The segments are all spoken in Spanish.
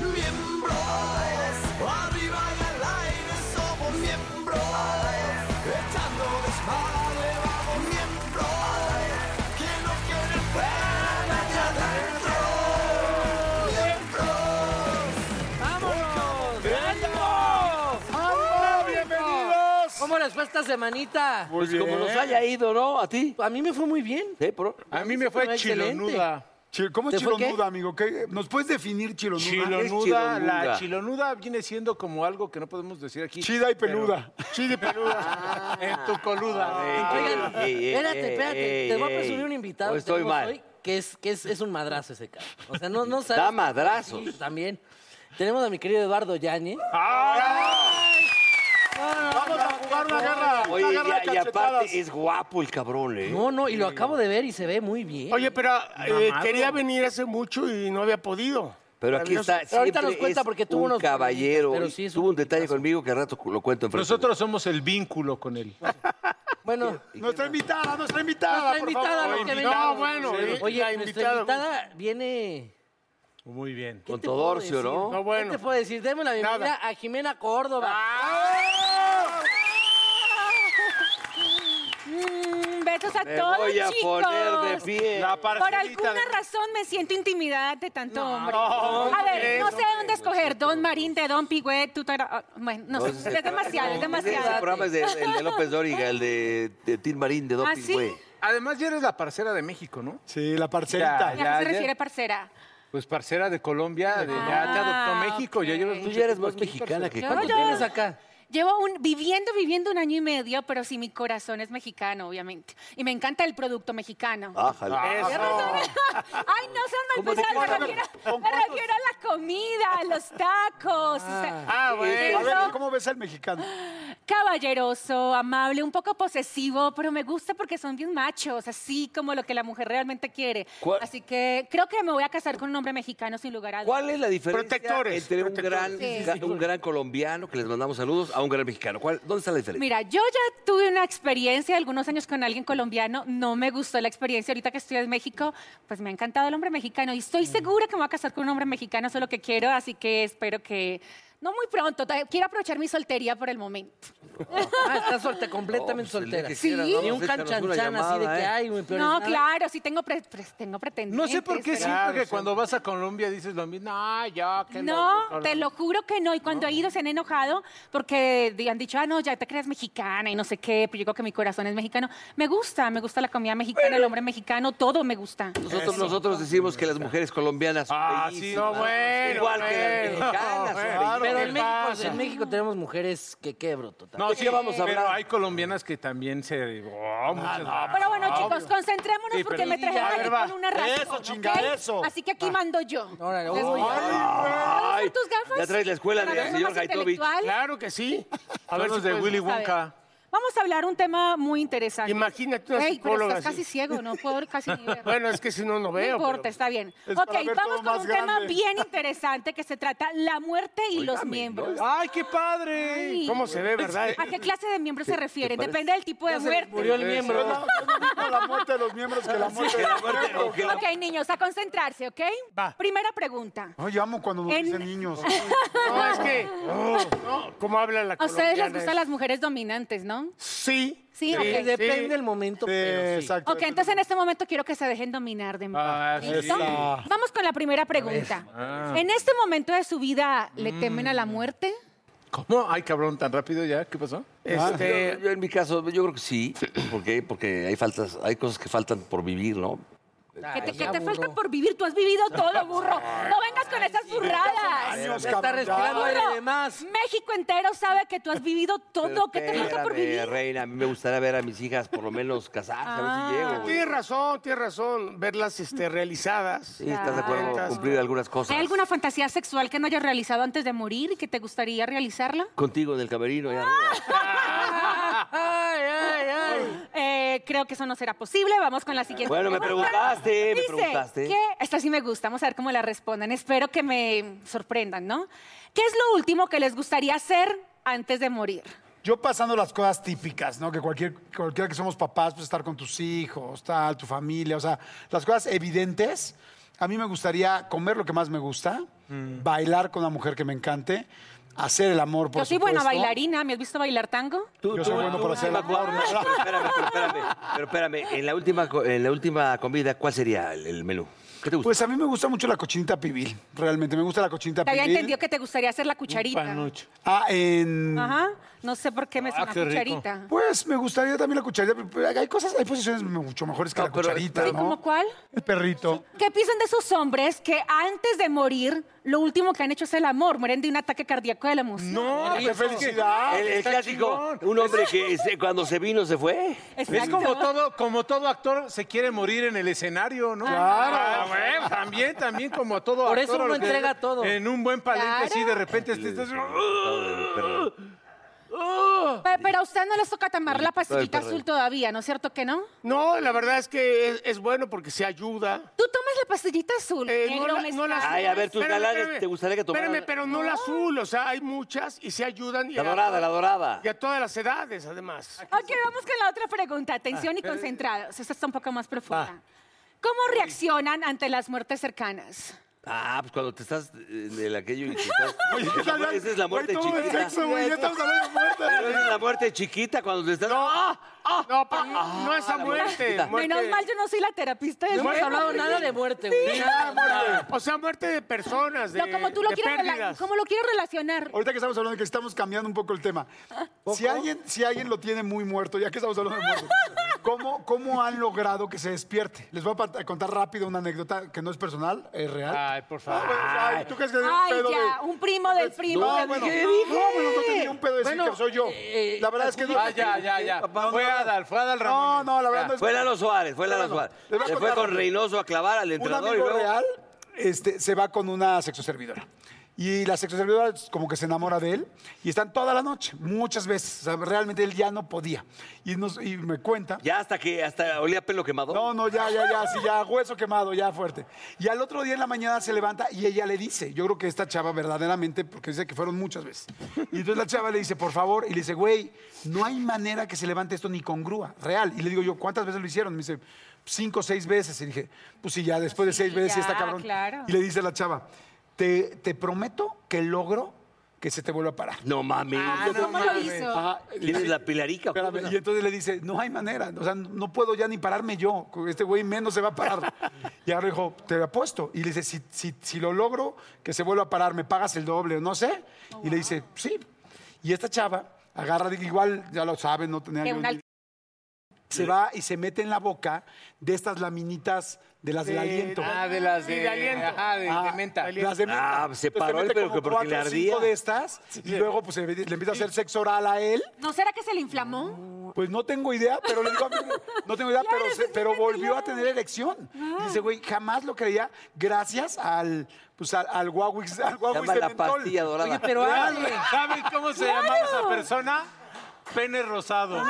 Miembros, arriba y al aire somos miembros, echando desmadre vamos miembros, que no quieren ver allá adentro, miembros, vámonos, ¡Hola, bienvenidos! ¿Cómo les fue esta semanita? Muy Pues como bien. nos haya ido, ¿no? ¿A ti? Eh. A mí me fue muy bien. Sí, pro- A mí me fue Excelente. chilonuda. Chil- ¿Cómo es ¿Te fue qué? chilonuda, amigo? ¿Qué- ¿Nos puedes definir chilonuda? Chilonuda, chilonuda. la chilonuda viene siendo como algo que no podemos decir aquí. Chida y peluda. Chida y peluda. en tu coluda. Oigan, ey, ey, espérate, ey, espérate. ey, Te voy a ey. presumir un invitado. Hoy que estoy tenemos mal. hoy, que es, que es, es un madrazo ese cabrón. O sea, no, no sabes. Da madrazos. Sí, también. Tenemos a mi querido Eduardo Yañez. Vamos a jugar una guerra. Oye, una guerra y, de y cachetadas. aparte es guapo el cabrón, ¿eh? No, no, y lo acabo de ver y se ve muy bien. Oye, pero eh, quería venir hace mucho y no había podido. Pero aquí está. Ahorita siempre nos cuenta es porque tuvo un unos caballero. pero sí es tuvo un un detalle conmigo que al rato lo cuento. enfrente. Nosotros somos el vínculo con él. bueno, Nuestra invitada, nuestra nuestra invitada. por invitada, favor. lo que Oye, venga. no, bueno, eh, Oye, la nuestra invitada- invitada viene. Muy bien. ¿qué Con te puedo Todorcio, decir? ¿no? No, bueno. ¿Qué te puedo decir? Demos la bienvenida Nada. a Jimena Córdoba. Mm, besos a Me todos, voy a chicos. poner de pie. La Por parcelita alguna de- razón me siento intimidada de tanto hombre. a ver, no sé dónde escoger. Don Marín, de Don Pigüet, tú... tara- ah, Bueno, no Entonces, sé. Es demasiado, es Ese demasiado. programa es de, el de López Dóriga, el de, de Tim Marín, de Doping, ¿Ah, sí? güey. Además, ya eres la parcera de México, ¿no? Sí, la parcelita. ¿Y ¿A qué se refiere, parcera? Pues parcera de Colombia, de- ya te adoptó México. Ya llevas Tú mucho ya eres tiempo más aquí, mexicana que... ¿Cuánto yo- tienes acá? Llevo un, viviendo, viviendo un año y medio, pero sí, mi corazón es mexicano, obviamente. Y me encanta el producto mexicano. Ájale. Tienes razón. Ay, no sean mal pensados. Me refiero, me refiero a la comida, a los tacos. o sea, Ah, A bueno. ver, ¿cómo ves al mexicano? caballeroso, amable, un poco posesivo, pero me gusta porque son bien machos, así como lo que la mujer realmente quiere. ¿Cuál- Así que creo que me voy a casar con un hombre mexicano sin lugar a dudas. ¿Cuál es la diferencia Protectores, entre un protectores. gran, Sí, sí, ga- un gran colombiano, que les mandamos saludos, a un gran mexicano? ¿Cuál- ¿Dónde está la diferencia? Mira, yo ya tuve una experiencia de algunos años con alguien colombiano, no me gustó la experiencia. Ahorita que estoy en México, pues me ha encantado el hombre mexicano y Mm. estoy segura que me voy a casar con un hombre mexicano, eso es lo que quiero, así que espero que no muy pronto. ta- Quiero aprovechar mi soltería por el momento. Ah, está solte- completamente No, pues, el día soltera. que quieras, Sí. vamos Ni un a echarnos una canchanchan así de llamada, que ¿eh? hay, güey, pero no, nada. claro, sí tengo, pre- pre- tengo No pretendientes. sé por qué pero- siempre que cuando vas a Colombia dices lo mismo. Ah, ya, que No, te lo juro que no. Y cuando he ido se han enojado porque di- han dicho, ah, no, ya te crees mexicana y no sé qué, pero yo creo que mi corazón es mexicano. Me gusta, me gusta la comida mexicana, el hombre mexicano, todo me gusta. Nosotros, nosotros decimos que las mujeres colombianas son Ah, sí, bellísimas. no, bueno, Igual que bueno. las mexicanas. son Claro, bellísimas. Pero en ¿Qué México, pasa? en México tenemos mujeres que quebro total. No, sí, Pues vamos a pero hablar? hay colombianas que también se... Ah, Oh, muchas pues gracias. Ah, Pero bueno, chicos, concentrémonos Sí, porque pero- me trajeron A ver, aquí va. con una razón. Eso, ¿ok? chinga, eso. Así que aquí mando yo. Órale, Les uy. voy a- ¿Puedo usar tus gafas? ya traes la escuela Para de verme señor más Gaitovich. intelectual. Claro que sí. A ver los de puedes- Willy A ver, Wonka. Vamos a hablar un tema muy interesante. Imagínate una Ey, pero psicóloga estás casi así. ciego, no puedo ver casi ni ver. Bueno, es que si no, no No veo. importa, pero- está bien. Es ok, para ver vamos todo con más un tema grande. bien interesante que se trata la muerte y los Óigame, miembros. ¡Ay, qué padre! Ay, ¿Cómo se ve, verdad? ¿A qué clase de miembros se refieren? parece? Depende del tipo de muerte. Murió el miembro. Yo no, yo no digo la muerte de los miembros que la muerte de los miembros. Ojalá. Ok, niños, a concentrarse, ¿ok? Primera pregunta. Ay, amo cuando nos En- dicen niños. No, es que. no, ¿Cómo habla la A ustedes les colombiana gustan esa? las mujeres dominantes, ¿no? Sí. Sí, Sí, ok. depende del momento, pero sí. Exacto. Ok, entonces en este momento quiero que se dejen dominar de mí. Ah, sí. ¿Listo? Ah. Vamos con la primera pregunta. En este momento de su vida, ¿le temen a la muerte? ¿Cómo? Ay, cabrón, tan rápido ya. ¿Qué pasó? Ah, Este, Yo en mi caso, yo creo que sí. ¿Por qué? Porque hay faltas, hay cosas que faltan por vivir, ¿no? ¿Qué te, qué te falta por vivir? Tú has vivido todo, burro. No vengas con esas burradas. años, Ya está cabrón, respirando ya. aire Burro, de más. México entero sabe que tú has vivido todo. ¿Qué te falta por Espérame, vivir? Reina, a mí me gustaría ver a mis hijas por lo menos casarse, Ah. a ver si llego. güey. Ah, tienes razón, tienes razón. Verlas este, realizadas. Sí, estás de acuerdo, Claro. cumplir algunas cosas. ¿Hay alguna fantasía sexual que no hayas realizado antes de morir y que te gustaría realizarla? Contigo en el camerino, allá arriba. Eh, creo que eso no será posible. Vamos con la siguiente. Bueno, me pregunta. preguntaste, me Dice preguntaste. que- esta sí me gusta. Vamos a ver cómo la responden. Espero que me sorprendan, ¿no? ¿Qué es lo último que les gustaría hacer antes de morir? Yo pasando las cosas típicas, ¿no? Que cualquier, cualquiera que somos papás, pues estar con tus hijos, tal, tu familia, o sea, las cosas evidentes. A mí me gustaría comer lo que más me gusta, bailar con una mujer que me encante, hacer el amor, por Yo soy supuesto. buena bailarina. ¿Me has visto bailar tango? Yo soy bueno para hacer el amor. Ay, pero espérame, pero espérame, pero espérame. En la última, co- en la última comida, ¿cuál sería el, el menú? ¿Qué te gusta? Pues a mí me gusta mucho la cochinita pibil, realmente. Me gusta la cochinita Te había pibil. entendido que te gustaría hacer la cucharita. Panucho. Ah, en... Ajá. No sé por Ah, qué Ah, me suena qué rico. cucharita. Pues me gustaría también la cucharita. pero Hay cosas, hay posiciones mucho mejores que No, la pero- cucharita, ¿Sí, ¿no? como cuál? El perrito. ¿Qué piensan de esos hombres que antes de morir, lo último que han hecho es el amor? Mueren de un ataque cardíaco de la emoción. No, ¡Qué felicidad! el, el está clásico, chingón. un hombre que se- cuando se vino se fue. Es como todo, como todo actor se quiere morir en el escenario, ¿no? Claro. Ah, bueno, también, también como a todo actor. Por eso uno lo que- entrega todo. En un buen palenque Claro. así de repente este te estás... Pero- Pe- Pero, a usted no les toca tomar la pastillita perreo. azul todavía, ¿no es cierto que no? No, la verdad es que es, es bueno porque se ayuda. Tú tomas la pastillita azul. Eh, no negro la- me no la estás- Ay, a ver, tus Espérame, galanes, espérame. ¿te gustaría que tomaran? Espérame, pero no, la azul, o sea, hay muchas y se ayudan. Y La a- dorada, la dorada. Y a todas las edades, además. Ok, vamos con la otra pregunta. Atención y concentrados. Esta está un poco más profunda. ¿Cómo reaccionan ante las muertes cercanas? Ah, pues cuando te estás en el aquello y te estás... Oye, ¿qué tal? Esa es la muerte Güey, todo de chiquita. sexo, güey, ya estamos hablando de muerte. Pero esa es la muerte chiquita cuando te estás... ¡Ah! No, pues, pero no, no esa muerte. muerte- Menos mal, yo no soy la terapista. de No hemos muerte. hablado nada de muerte, güey. Ah, Nada. muerte. O sea, muerte de personas, de, No, como tú lo de quieras, rela- pérdidas. como lo quieras relacionar. Ahorita que estamos hablando de que estamos cambiando un poco el tema. Si alguien, si alguien lo tiene muy muerto, ya que estamos hablando de muerto, ¿cómo, ¿cómo han logrado que se despierte? Les voy a pa- a contar rápido una anécdota que no es personal, es real. Ay, por Ah, favor. bueno, ay, ¿tú crees que es un Ay, pedo ya, de- un primo del primo. No, que bueno, dije, no, bueno, no tenía un pedo de decir Bueno, que soy yo. eh, La verdad es que no. Ah, ya, ya, ya. Fue Adal, fue Adal No, Ramones. no, la verdad no es Fue Lalo Suárez, fue Lalo No, no, no. Suárez. Les voy a Se fue contar con rápido. Reynoso a clavar al un entrenador y amigo luego... real este, se va con una sexoservidora. Y la sexoservidora es como que se enamora de él y están toda la noche, muchas veces. O sea, realmente él ya no podía. Y, nos- y me cuenta. Ya hasta que hasta olía pelo quemado. No, no, ya, ya, ya, sí, ya, hueso quemado, ya fuerte. Y al otro día en la mañana se levanta y ella le dice, yo creo que esta chava verdaderamente, porque dice que fueron muchas veces. Y entonces la chava le dice, por favor, y le dice, güey, no hay manera que se levante esto ni con grúa, real. Y le digo yo, ¿cuántas veces lo hicieron? Me dice, cinco o seis veces. Y dije, pues sí, ya, después de Sí, seis veces ya, está cabrón. claro. Y le dice a la chava, te, te prometo que logro que se te vuelva a parar. No mames. Ah, ¿Cómo lo hizo? Ajá. ¿Tienes la pilarica? o cómo es Espérame, la- Y entonces le dice, no hay manera, o sea, no puedo ya ni pararme yo, este güey menos se va a parar. y ahora dijo, te lo apuesto. Y le dice, si, si- si lo logro, que se vuelva a parar, me pagas el doble, o no sé. y le dice, sí. Y esta chava agarra, de- igual ya lo saben, no tenía... que yo un ni- al- Se va y se mete en la boca de estas laminitas de las del De- aliento. Ah, de las de... Sí, de aliento. Ajá, de, Ah, de menta. las de menta. Ah, se Entonces, te paró él, mete pero que como porque le cuatro o cinco ardía. de estas y luego pues le le empieza a hacer sexo oral a él ¿No será que se le inflamó? Pues no tengo idea, pero le digo a mi- no tengo idea, Claro, pero, eso se- sí pero me volvió enteró. a tener erección. Y dice, güey, jamás lo creía gracias al, pues, al, al Wawix, al Se Wawix llama de la mentol. pastilla dorada. Oye, pero Ale, ¿Saben cómo se llamaba esa persona? Pene rosado.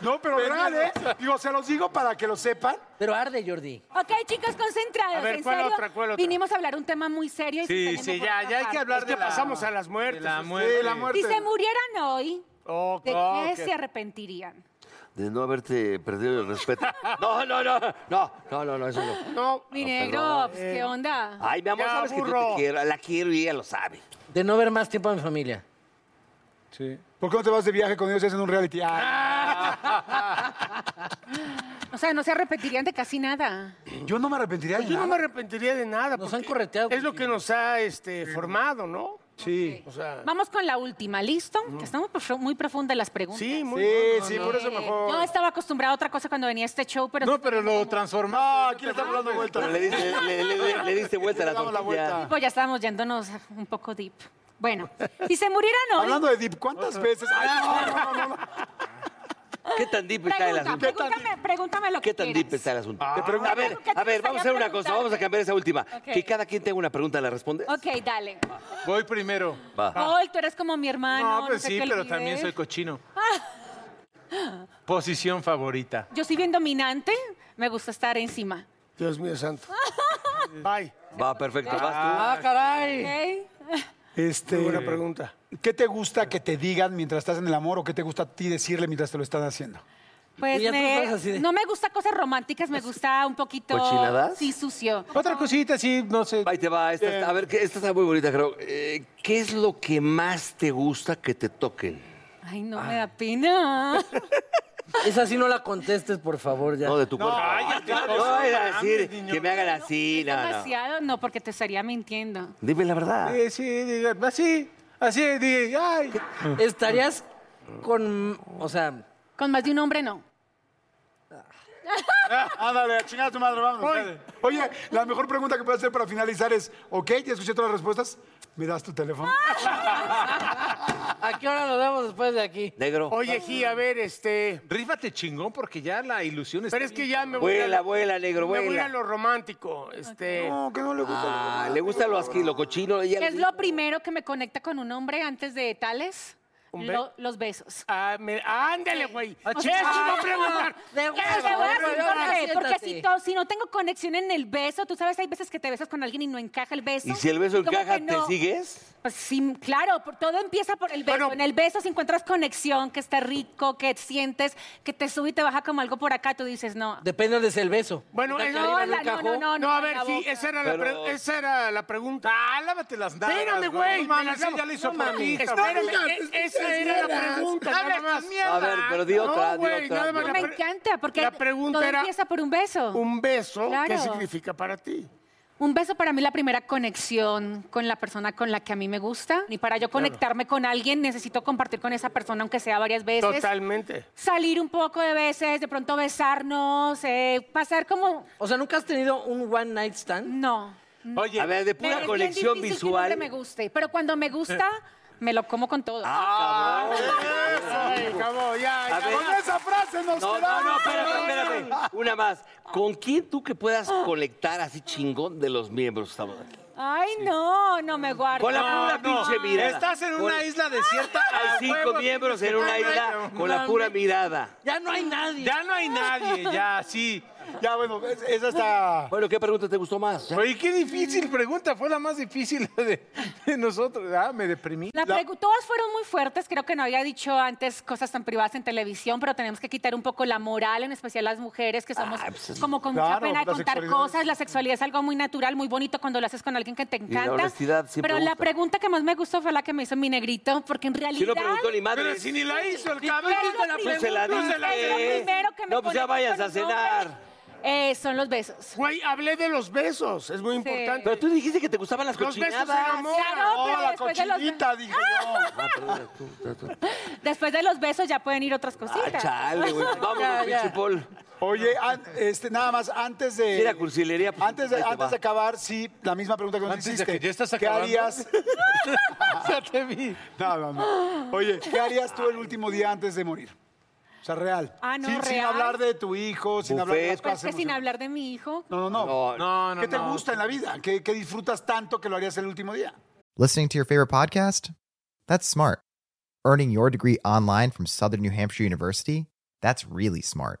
No, pero real, ¿eh? Digo, se los digo para que lo sepan. Pero arde, Jordi. Ok, chicos, concentrados. A ver, en ¿cuál serio, otra, cuál otra? vinimos a hablar un tema muy serio. Y se Sí, saliendo sí, por ya, otra ya hay que parte. hablar de que la- pasamos a las muertes. De la Sí, muerte. la muerte. Si se murieran hoy, Oh, ¿de oh, qué ok. se arrepentirían? De no haberte perdido el respeto. No, no, no, no, no, no, no, eso no. No, Eh. Mi Ah, negro, perdón. pues, ¿qué onda? Ay, mi amor, Ya, sabes que yo burro. te quiero, la quiero y ella lo sabe. De no ver más tiempo a mi familia. ¿Por qué no te vas de viaje con ellos y hacen un reality? Ah, O sea, no se arrepentirían de casi nada. yo no me arrepentiría de yo no nada. me arrepentiría de nada. Nos porque han correteado Es lo contigo. que nos ha este, formado, ¿no? Sí. O sea, Vamos con la última, ¿listo? Mm. Que estamos profu- muy profundas las preguntas. sí, muy Sí, no, sí, no, por eso Eh, mejor. Yo estaba acostumbrada a otra cosa cuando venía este show, pero... No, pero lo transformamos. No, aquí le estamos dando vueltas. Pero le diste, le- le- le- le diste vuelta a la Le damos la tortilla. vuelta. Pues ya estábamos yéndonos un poco deep. Bueno, si se murieran hoy... Hablando de Deep, ¿cuántas veces? Ay, no, no, no, no, no. ¿Qué tan deep está el Pregunta, asunto? pregúntame, pregúntame lo ¿Qué que tan quieras. deep está el asunto? Te pregunto- a ver, Algo que a te ver, vamos a hacer gustaría una cosa, vamos a cambiar esa última. Ok. Que cada quien tenga una pregunta, ¿la responde? Ok, dale. Voy primero. Ah, Va. Paul, tú eres como mi hermano. No, pues Ah, sé sí, qué pero olvidé. también soy cochino. Posición favorita. Yo soy bien dominante, me gusta estar encima. Dios mío santo. Bye. Va, perfecto, vas Ah, caray. ¿ok? Qué Este, buena pregunta. ¿Qué te gusta que te digan mientras estás en el amor o qué te gusta a ti decirle mientras te lo están haciendo? Pues Y ya tú me- estabas así de- no me gusta cosas románticas, me gusta un poquito... ¿Cochinadas? Sí, sucio. Otra cosita, sí, no sé. tú. Ahí te va, esta, está- a ver, que esta está muy bonita, creo. Eh, ¿Qué es lo que más te gusta que te toquen? Ay, no me da Ah. pena. Esa sí no la contestes, por favor, ya. No, de tu cuerpo. No vayas a decir que me hagan así, no, no. Demasiado, no, porque te estaría mintiendo. Dime la verdad. Eh, sí, diga, así, así, diga, ay. Estarías con. O sea, Con más de un hombre, no. Ándale, a chingar a tu madre, vámonos. dale. Oye, la mejor pregunta que puedes hacer para finalizar es, ¿ok? ¿Ya escuché todas las respuestas? ¿Me das tu teléfono? ¿a qué hora nos vemos después de aquí? Negro. Oye, Gi, a ver, este. Rífate chingón porque ya la ilusión está. Pero es que ya me voy. Vuela, a, vuela, negro, me voy a vuela. lo romántico. Este. No, que no le gusta. Ah, le gusta lo asquí, lo cochino. ella ¿Qué le es dijo. lo primero que me conecta con un hombre antes de tales? ¿Un be- Lo- los besos. Ah, me- ándale, güey. Ah, Eso chingada. iba a preguntar. De Claro, te voy a decir huevo, por qué, siéntate. Porque si, to- si no tengo conexión en el beso, tú sabes, hay veces que te besas con alguien y no encaja el beso. ¿Y si el beso como encaja, que no. te sigues? Pues sí, claro, por- todo empieza por el beso. Bueno. en el beso, si encuentras conexión, que está rico, que sientes, que te sube y te baja como algo por acá, tú dices, no. Depende de el beso. Bueno, ¿Está es- que no, arriba la- encajó? no, no, No, a en ver, la sí, boca. esa era, la Pero- pre- esa era la pregunta. Ah, lávate las nalgas. Espérame, güey. No mames, me la- ya le hizo no por mames, ti, cabrón. Espérame, e- esa era la pregunta. nada más. A ver, pero di otra, No, di güey, otra. No nada más la me pre- encanta, porque la pregunta todo era- empieza por un beso. Un... Un beso, ¿qué Claro. significa para ti? beso para mí la primera conexión con la persona con la que a mí me gusta. Y para yo conectarme con alguien, necesito compartir con esa persona, aunque sea varias veces. Totalmente. Salir un poco de veces, de pronto besarnos, eh, pasar como... O sea, ¿nunca has tenido un one night stand? No. Oye, A ver, de Me- es pura bien conexión difícil que un hombre visual. me guste, pero cuando me gusta, me lo como con todo. Ah, Ay, cabrón, ya, A ya. ver. Con esa frase nos No, no, quedamos. no, espérate, espérate. Una más. ¿Con quién tú que puedas conectar así chingón de los miembros estamos aquí? Ay, no, no me guardo. Con la pura pinche mirada. estás en una Con- isla desierta. a Ah, Hay cinco huevo, miembros tienes en que- una Ay, isla no, con la no, pura no, mirada. Ya no hay nadie. Ya no hay nadie, ya, sí. Ya, bueno, es- esa está... Bueno, ¿qué pregunta te gustó más? Ya. Oye, qué difícil pregunta, fue la más difícil de, de nosotros. Ah, me deprimí. La pregu- Todas fueron muy fuertes, creo que no había dicho antes cosas tan privadas en televisión, pero tenemos que quitar un poco la moral, en especial las mujeres que somos Ah, pues es- como con mucha Claro, pena de la contar sexualidad. cosas. La sexualidad es algo muy natural, muy bonito cuando lo haces con alguien que te la encanta. honestidad siempre pero la gusta. pregunta que más me gustó fue la que me hizo mi negrito, porque en realidad... Si no preguntó ni madre. Pero si ni la hizo el Pero cabrón. lo la pregunta, primero- se la pero lo "Eh, diste. primero que me No, pues conecta ya vayas con a un hombre, cenar. eh, son los besos. Güey, hablé de los besos, es muy importante. Pero tú dijiste que te gustaban las Los besos cochinadas. enamoran. Claro, No, pero la después de los- cochinita, dije yo. Ah, perdón, tú, tú, tú. Después de los besos ya pueden ir otras Ah, cositas. chale, güey. Vámonos, Ya, ya. pinche Paul. Oye, an- este, nada más, antes de... Mira, cursilería. pues, Antes de, ahí te antes va. de acabar, sí, la misma pregunta que nos Antes de hiciste. que ya estás ¿Qué acabando. harías? Ya te vi. No, no, no. Oye, ¿qué harías tú el último día antes de morir? O sea, real. Ah, no, sin, sin real. hablar de tu hijo, sin hablar de las Buffet. Pues cosas. que sin emocionales. hablar de mi hijo, No, no, No, no. no. No, no, ¿Qué te no. gusta en la vida? ¿Qué, qué disfrutas tanto que lo harías el último día? Listening to your favorite podcast? That's smart. Earning your degree online from Southern New Hampshire University? That's really smart.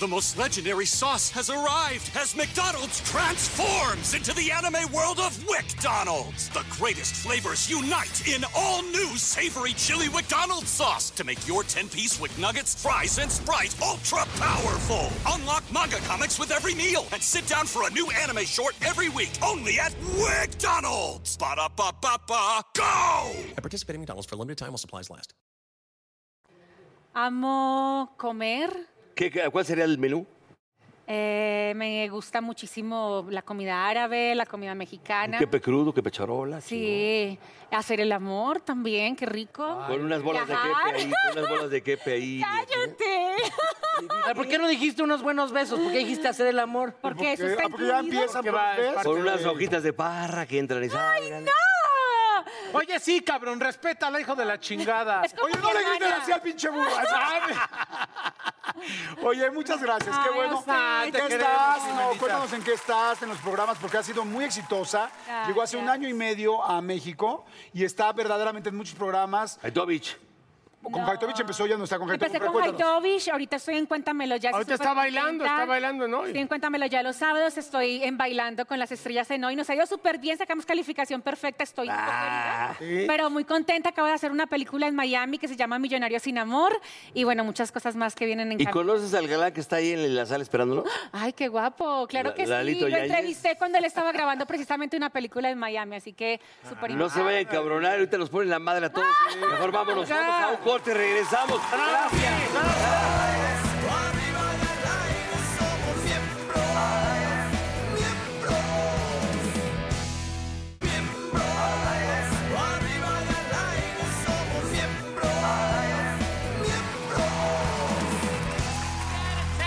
The most legendary sauce has arrived as McDonald's transforms into the anime world of WickDonald's. The greatest flavors unite in all new savory chili McDonald's sauce to make your 10-piece Wick Nuggets, fries, and Sprite ultra-powerful. Unlock manga comics with every meal and sit down for a new anime short every week only at WickDonald's. Ba-da-ba-ba-ba, go! At participating McDonald's for a limited time while supplies last. Amo comer. ¿Qué- qué- ¿Cuál sería el menú? Eh, me gusta muchísimo la comida árabe, la comida Un mexicana. quepe crudo, quepe charola. Sí, hacer el amor también, qué rico. Con unas bolas de Viajar. quepe ahí, con unas bolas de quepe ahí. ¡Cállate! Ay, Ah, ¿Por qué no dijiste unos buenos besos? ¿Por qué dijiste hacer el amor? Porque eso está Ah, porque ya incluido. empiezan ¿Qué por va? ver. Con unas hojitas de parra que entran y salgan. ¡Ah! Oye, sí, cabrón, respeta al hijo de la chingada. Es como Oye, que no le gana. griten así al pinche burro. Oye, muchas gracias. qué Ay, bueno. Oscar, ¿En te qué queremos, estás? No, Jimenita. cuéntanos en qué estás en los programas, porque has sido muy exitosa. Gracias. Llegó hace un año y medio a México y está verdaderamente en muchos programas. Ay, Dovich. Con Haitovich empezó, ya no está con Haitovich. Empecé pero con cuéntanos. Haitovich, ahorita estoy en Cuéntamelo ya. estoy Ahorita está súper bailando, contenta. está bailando, ¿no? Estoy en Cuéntamelo ya los sábados, estoy en Bailando con las Estrellas en Hoy. Nos ha ido súper bien, sacamos calificación perfecta, estoy súper Ah, feliz, pero muy contenta. Acabo de hacer una película en Miami que se llama Millonario sin Amor y bueno, muchas cosas más que vienen en ¿Y camino. conoces al galán que está ahí en la sala esperándolo? Ay, qué guapo, claro La- que sí. Lalito Lo Yáñez. entrevisté cuando él estaba grabando precisamente una película en Miami, así que súper Ah. No se vaya a encabronar, ahorita nos ponen la madre a todos. Mejor vámonos, vamos a un corte, regresamos. Gracias.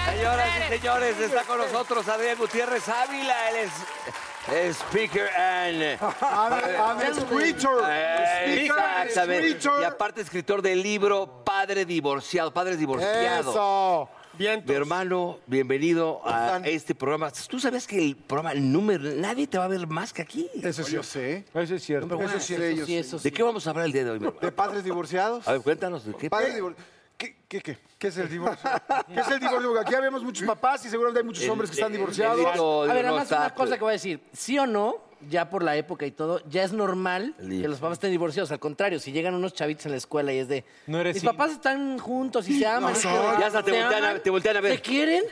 Señoras y señores, está con nosotros Adrián Gutiérrez Ávila, él es speaker and... I'm, I'm a scripture. Eh, Speaker, Exactamente. scripture. Y aparte escritor del libro Padre Divorciado, Padres Divorciados. Eso. Mi hermano, bienvenido a este programa. ¿Tú sabías que el programa número nadie te va a ver más que aquí? Eso sí. Yo sé. Eso es cierto. Eso sí. ellos. Sí, eso sí. ¿De qué vamos a hablar el día de hoy, mi hermano? ¿De padres divorciados? A ver, cuéntanos de qué. Padres divorciados. ¿Qué, qué, qué? ¿Qué es el divorcio? ¿Qué es el divorcio? Porque aquí habemos muchos papás y seguramente hay muchos El- hombres que están el- el divorciados. delito de A ver, no además una estar- cosa que voy a decir. Sí o no, ya por la época y todo, ya es normal El hijo. que los papás estén divorciados. Al contrario, si llegan unos chavitos en la escuela y es de... No eres mis in- papás están juntos y se aman. y todo". Ya hasta te ¿Se voltean a- aman? te voltean a ver. ¿Se quieren?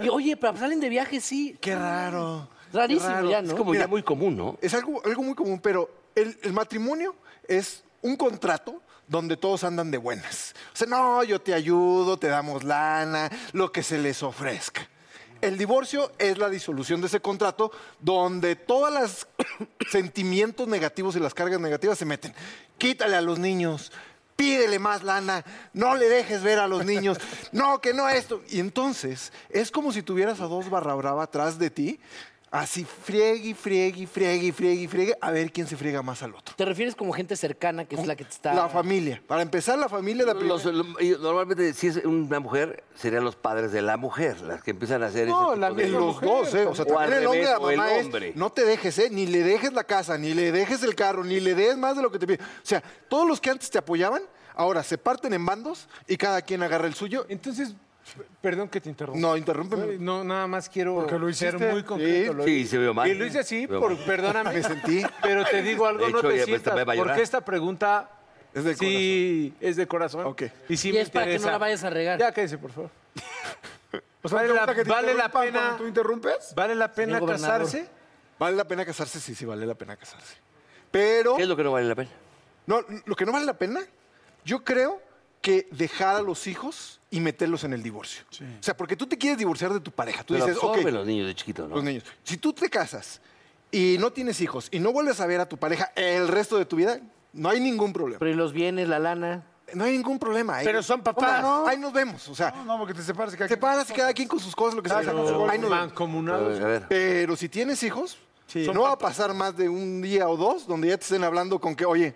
Y oye, pero salen de viaje, sí. Qué raro. Rarísimo Qué raro. ya, ¿no? Es como Mira. ya muy común, ¿no? Es algo, algo muy común, pero el, el matrimonio es un contrato donde todos andan de buenas. O sea, no, yo te ayudo, te damos lana, lo que se les ofrezca. El divorcio es la disolución de ese contrato donde todos los sentimientos negativos y las cargas negativas se meten. Quítale a los niños, pídele más lana, no le dejes ver a los niños, no, que no esto. Y entonces es como si tuvieras a dos barra brava atrás de ti, así friegue, y friegue, y friegue, y friegue, y friegue, a ver quién se friega más al otro. ¿Te refieres como gente cercana que es la que te está...? La familia. Para empezar, la familia la primera. Los- lo- y normalmente, si es una mujer, serían los padres de la mujer las que empiezan a hacer No, ese la tipo de- misma los dos, ¿eh? O sea, O al también el hombre revés, de la o el mamá es, hombre. no te dejes, ¿eh? Ni le dejes la casa, ni le dejes el carro, ni le des más de lo que te pide. O sea, todos los que antes te apoyaban, ahora se parten en bandos y cada quien agarra el suyo. Entonces, p- perdón que te interrumpa. No, interrúmpeme. Ay, No, nada más quiero Porque lo ser hiciste. muy concreto. Sí, lo sí, hice. se vio mal. Y lo hice así, Veo por, mal. perdóname. Me sentí. Pero te digo algo, De no hecho, te ya me sientas, estaba llorando. porque esta pregunta... Es del sí, es de corazón. Ok. Y sí Y me es para que no interesa. la vayas a regar. Ya cállese, por favor. O sea, Vale ¿te la- gusta que te vale la interrumpan pena- cuando ¿Tú interrumpes? ¿Vale la pena Señor gobernador. casarse? ¿Vale la pena casarse? Sí, sí, vale la pena casarse. Pero, ¿Qué es lo que no vale la pena? no, lo que no vale la pena, yo creo que dejar a los hijos y meterlos en el divorcio. O sea, porque tú te quieres divorciar de tu pareja. Tú Pero dices, ok, absorben los niños de chiquito, ¿no? los niños. Si tú te casas y no tienes hijos y no vuelves a ver a tu pareja el resto de tu vida, no hay ningún problema. Pero ¿y los bienes, la lana? No hay ningún problema. ahí- Pero son papás. No, no, ahí nos vemos. O sea, No, no, porque te separas. y cada te quien- paras y cada quien con sus cosas, lo que sea. Cada quien con sus Ahí nos vemos. A Mancomunados. ver, a ver. Pero si tienes hijos, no va a pasar más de un día o dos donde ya te estén hablando con que, oye,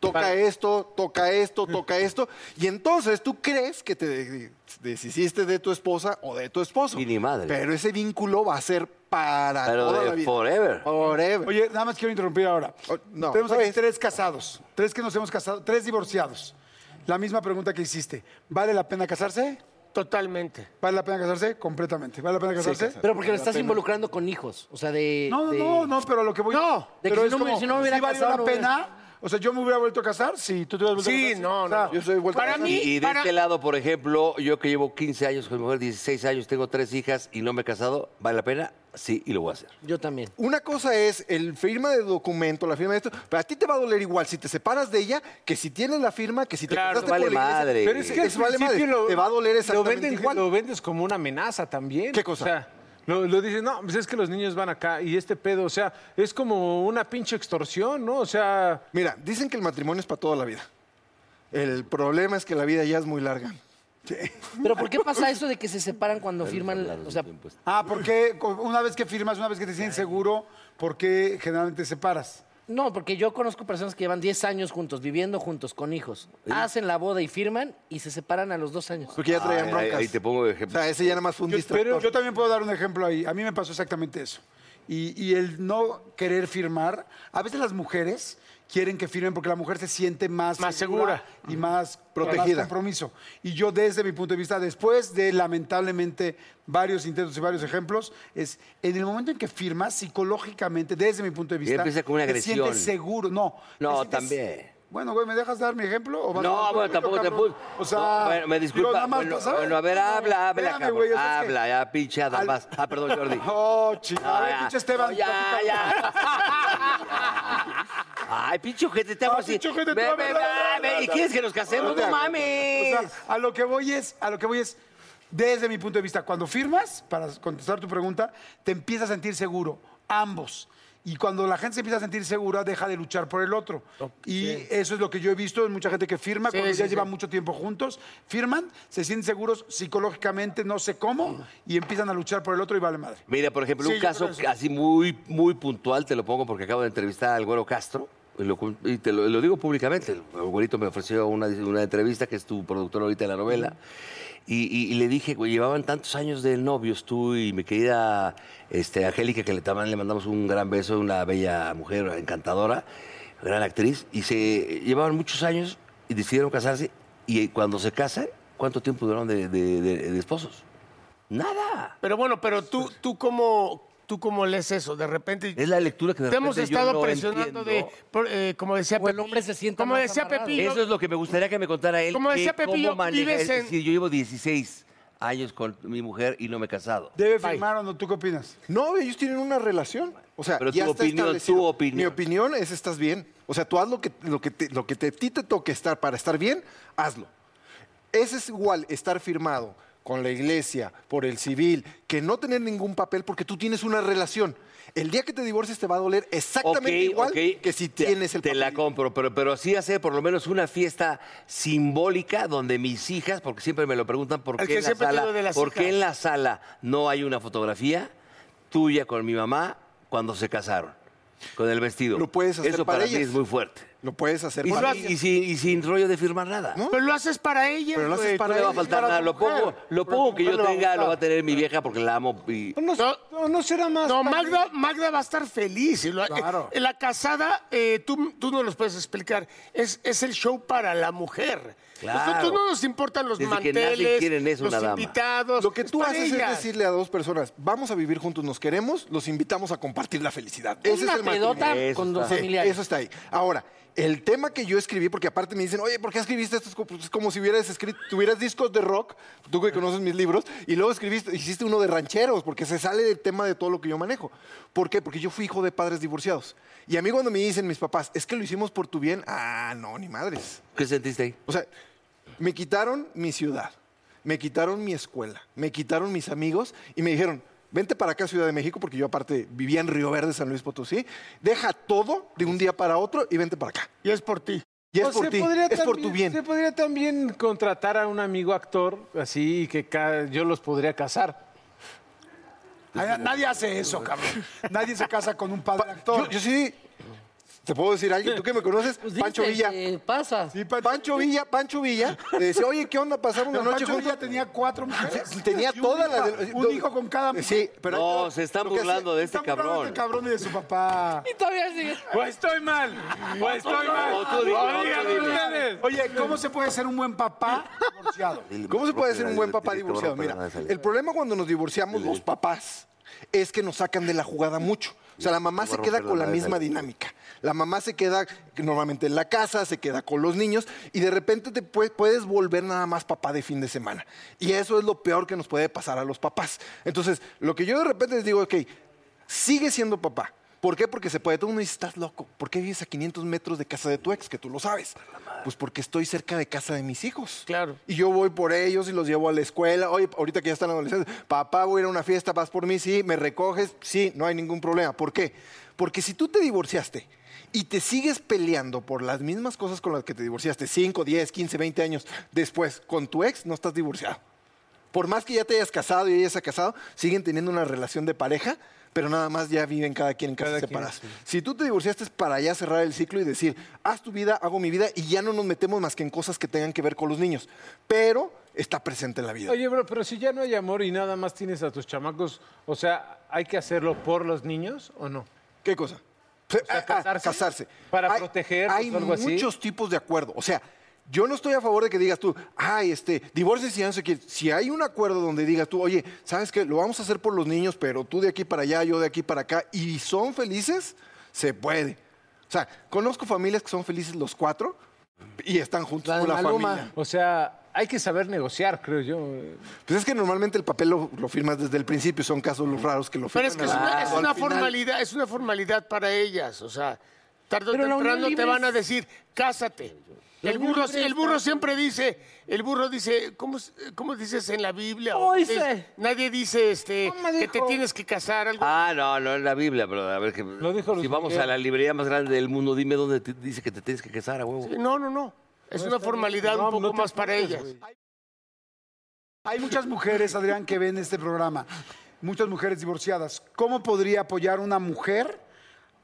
toca esto, toca esto, toca esto. Y entonces tú crees que te de- deshiciste de tu esposa o de tu esposo. Y ni madre. Pero ese vínculo va a ser para Pero toda de la vida. forever. Forever. Oye, nada más quiero interrumpir ahora. O- no. Tenemos aquí ¿Sabes? tres casados, tres que nos hemos casado, tres divorciados. La misma pregunta que hiciste. ¿Vale la pena casarse? Totalmente. ¿Vale la pena casarse? Completamente. ¿Vale la pena casarse? Pero porque lo estás involucrando con hijos. O sea, de. No, no, de- no, no, pero a lo que voy. No, de que pero si es no me- como, si no me hubiera ¿sí valió casado, la no pena. hubiera- O sea, yo me hubiera vuelto a casar si tú te hubieras vuelto a Sí, casar. no, O sea, no. Yo soy vuelto a Para casar. mí, Y de para- este lado, por ejemplo, yo que llevo 15 años con mi mujer, 16 años, tengo tres hijas y no me he casado, ¿vale la pena? Sí, y lo voy a hacer. Yo también. Una cosa es el firma de documento, la firma de esto, pero a ti te va a doler igual si te separas de ella que si tienes la firma, que si te Claro, casaste vale por la iglesia. madre. Pero es que al eso vale madre. principio lo- te va a doler lo exactamente venden- igual. Lo vendes como una amenaza también. ¿Qué cosa? O sea, lo, lo dicen, no, pues es que los niños van acá y este pedo, o sea, es como una pinche extorsión, ¿no? O sea, Mira, dicen que el matrimonio es para toda la vida. El problema es que la vida ya es muy larga. Pero ¿por qué pasa eso de que se separan cuando firman? O sea, Ah, porque una vez que firmas, una vez que te sientes seguro, ¿por qué generalmente te separas? no, porque yo conozco personas que llevan 10 años juntos, viviendo juntos, con hijos. Hacen la boda y firman y se separan a los dos años. Porque ya traían Ay, broncas. ahí- ahí te pongo de O ejemplo. sea, ese ya nada más fue un Yo, distractor. pero yo también puedo dar un ejemplo ahí. A mí me pasó exactamente eso. Y, y el no querer firmar, a veces las mujeres quieren que firmen porque la mujer se siente más, Más y más Protegida. con más compromiso. Y yo desde mi punto de vista, después de lamentablemente varios intentos y varios ejemplos, es en el momento en que firmas psicológicamente, desde mi punto de vista, empieza con una te sientes agresión. seguro. No, No, te sientes- también. Bueno, güey, ¿me dejas dar mi ejemplo? o vas a No, dar tu bueno, ejemplo, tampoco te cabrón? puse. O sea, No, bueno, me digo, disculpa. nada más, bueno, ¿sabes? bueno, a ver, habla, habla, Espérame, cabrón. güey, o sea, es que- habla, ya, pinche Adam, Al- vas. Ah, perdón, Jordi. Ah, Oh, chica. No, a ver, ya. pinche Esteban. No, ya, platica. ya. Ay, pinche ojete, te hago Ah, así. pinche ojete, te Ve, va a ve, ver, la, ve, la, la, ¿Y la. quieres que nos casemos? O sea, No mames. O sea, a lo que voy es, a lo que voy es, desde mi punto de vista, cuando firmas, para contestar tu pregunta, te empiezas a sentir seguro, ambos. Y cuando la gente se empieza a sentir segura, deja de luchar por el otro. Y eso es lo que yo he visto en mucha gente que firma, cuando ya llevan mucho tiempo juntos, firman, se sienten seguros psicológicamente, no sé cómo, y empiezan a luchar por el otro y vale madre. Mira, por ejemplo, Sí, un yo caso creo que sí. así muy, muy puntual, te lo pongo porque acabo de entrevistar al Güero Castro. Y, lo, cu- y te lo, lo digo públicamente. El güerito me ofreció una, una entrevista, que es tu productor ahorita de la novela. Y, y- y le dije, güey, llevaban tantos años de novios tú y mi querida este, Angélica, que le, también le mandamos un gran beso, una bella mujer encantadora, gran actriz. Y se llevaban muchos años y decidieron casarse. Y cuando se casan, ¿cuánto tiempo duraron de- de- de- de esposos? Nada. Pero bueno, pero tú, tú cómo, tú cómo lees eso, de repente. Es la lectura que de Te hemos repente yo estado no presionando de, entiendo. por- eh, como decía O Pues el Pepillo- hombre se sienta Como más decía amarrado. Pepillo, Eso es lo que me gustaría que me contara él. Como que decía Pepillo, cómo maneja, vives es en- decir, yo llevo 16 años con mi mujer y no me he casado. ¿Debe firmar o no? ¿Tú qué opinas? No, ellos tienen una relación. O sea, Pero ya tu está opinión, establecido. tu opinión. Mi opinión es estás bien. O sea, tú haz lo que, lo que, te, lo que te- a ti te toque estar para estar bien, hazlo. Ese es igual estar firmado con la iglesia, por el civil, que no tener ningún papel porque tú tienes una relación. El día que te divorcies te va a doler exactamente Ok, igual ok, que si te- tienes el Te papel. la compro, pero, pero sí hacer por lo menos una fiesta simbólica donde mis hijas, porque siempre me lo preguntan, ¿por Es qué, que en la, siempre te sala, lo de las ¿por qué hijas. en la sala no hay una fotografía tuya con mi mamá cuando se casaron? Con el vestido. Lo puedes hacer Eso para para, mí ellas. es muy fuerte. Lo puedes hacer Y, para sin- ellas. y sin, y sin rollo de firmar nada. pero lo haces para ella. Pero lo haces güey. No para le va a ella y faltar para nada. tu Lo mujer. poco, lo Pero poco tu que mujer yo le va a tenga lo va a gustar. tener mi vieja porque la amo. Y... no, no, no será más. No, padre. Magda, Magda va a estar feliz. y lo- eh, Claro. eh, la casada, eh, tú, tú no los puedes explicar. Es, es el show para la mujer. Claro. Nosotros no nos importan los Desde que nacen manteles, quieren eso, los una dama. invitados. Lo que tú para haces ellas. es decirle a dos personas, vamos a vivir juntos, nos queremos, los invitamos a compartir la felicidad. Ese una es el pedota matrimonio. Eso con dos está. Sí, familiares. Eso está ahí. Ahora, el tema que yo escribí, porque aparte me dicen, oye, ¿por qué escribiste esto? Es como- pues, Es como si hubieras escrito, tuvieras discos de rock, tú que conoces mis libros, y luego escribiste, hiciste uno de rancheros, porque se sale del tema de todo lo que yo manejo. ¿Por qué? Porque yo fui hijo de padres divorciados. Y a mí cuando me dicen mis papás, es que lo hicimos por tu bien, ah, no, ni madres. ¿Qué sentiste ahí? O sea, me quitaron mi ciudad, me quitaron mi escuela, me quitaron mis amigos y me dijeron, vente para acá Ciudad de México, porque yo aparte vivía en Río Verde, San Luis Potosí, deja todo de un día para otro y vente para acá. Y es por ti. Pues Y es O por se ti, podría es por tu también- bien. Se podría también contratar a un amigo actor así y que ca- yo los podría casar. Ay, Nadie hace eso, cabrón. Nadie se casa con un padre actor. Yo, yo sí, ¿Te puedo decir a alguien? ¿Tú que me conoces? Pues Pancho dices, Villa. eh, pasa? Sí, Pancho. Villa, Pancho Villa. Le decía, oye, ¿qué onda? Pasaron una Pero noche Pancho juntos. Villa tenía cuatro mujeres. Tenía Y un todas hijo- las... de- Un hijo con cada mujer. Sí, pero... ahí te No, va. se están Lo que hacía- burlando de este Está burlando cabrón. del cabrón y de su papá. Y todavía sigue. O estoy mal, o estoy mal. O tú dime, o tú Oigan dime. ustedes. Oye, ¿cómo se puede ser un buen papá divorciado? ¿Cómo se puede ser un buen papá Director, divorciado? no, Mira, perdón, sale. el problema cuando nos divorciamos los papás es que nos sacan de la jugada mucho. O sea, la mamá Te voy a se queda romper la con la madre, misma sale. dinámica. La mamá se queda que normalmente en la casa, se queda con los niños y de repente te pue- puedes volver nada más papá de fin de semana. Y eso es lo peor que nos puede pasar a los papás. Entonces, lo que yo de repente les digo, ok, sigue siendo papá. ¿Por qué? Porque se puede. Todo el mundo dice, estás loco. ¿Por qué vives a 500 metros de casa de tu ex? Que tú lo sabes. Pues porque estoy cerca de casa de mis hijos. Claro. Y yo voy por ellos y los llevo a la escuela. Oye, ahorita que ya están adolescentes, papá, voy a ir a una fiesta, vas por mí, sí, me recoges, sí, no hay ningún problema. ¿Por qué? Porque si tú te divorciaste y te sigues peleando por las mismas cosas con las que te divorciaste 5, 10, 15, 20 años después con tu ex, no estás divorciado. Por más que ya te hayas casado y ella se ha casado, siguen teniendo una relación de pareja, pero nada más ya viven cada quien en casas separadas. Si tú te divorciaste es para ya cerrar el ciclo y decir, haz tu vida, hago mi vida y ya no nos metemos más que en cosas que tengan que ver con los niños, pero está presente en la vida. Oye, bro, pero si ya no hay amor y nada más tienes a tus chamacos, o sea, ¿hay que hacerlo por los niños o no? ¿Qué cosa? Ah, ah, ¿casarse? Para protegerlos Hay pues, o algo así. muchos tipos de acuerdo. O sea, yo no estoy a favor de que digas tú, ay, este, divorcio si no sé qué. Si hay un acuerdo donde digas tú, oye, ¿sabes qué? Lo vamos a hacer por los niños, pero tú de aquí para allá, yo de aquí para acá, y son felices, se puede. O sea, conozco familias que son felices los cuatro y están juntos La de con la Maluma. familia. O sea, hay que saber negociar, creo yo. Pues es que normalmente el papel lo, lo firmas desde el principio, son casos los raros que lo Pero firman. es que es al- una, es al una final. formalidad, es una formalidad para ellas. O sea, tarde o Pero la unión temprano te libre van a es- decir, cásate. El burro, el burro siempre dice, el burro dice, ¿cómo, es- cómo dices en la Biblia? O Oíste. dices- nadie dice este que te tienes que casar, algo Ah, no, no es la Biblia, pero a ver que. dijo Luis si vamos Miguel. a la librería más grande del mundo, dime dónde te dice que te tienes que casar, a huevo. Sí, No, no, no. Es una formalidad No, un poco no te más para preocupes, ellas. güey. Hay muchas mujeres, Adrián, que ven este programa. Muchas mujeres divorciadas. ¿Cómo podría apoyar una mujer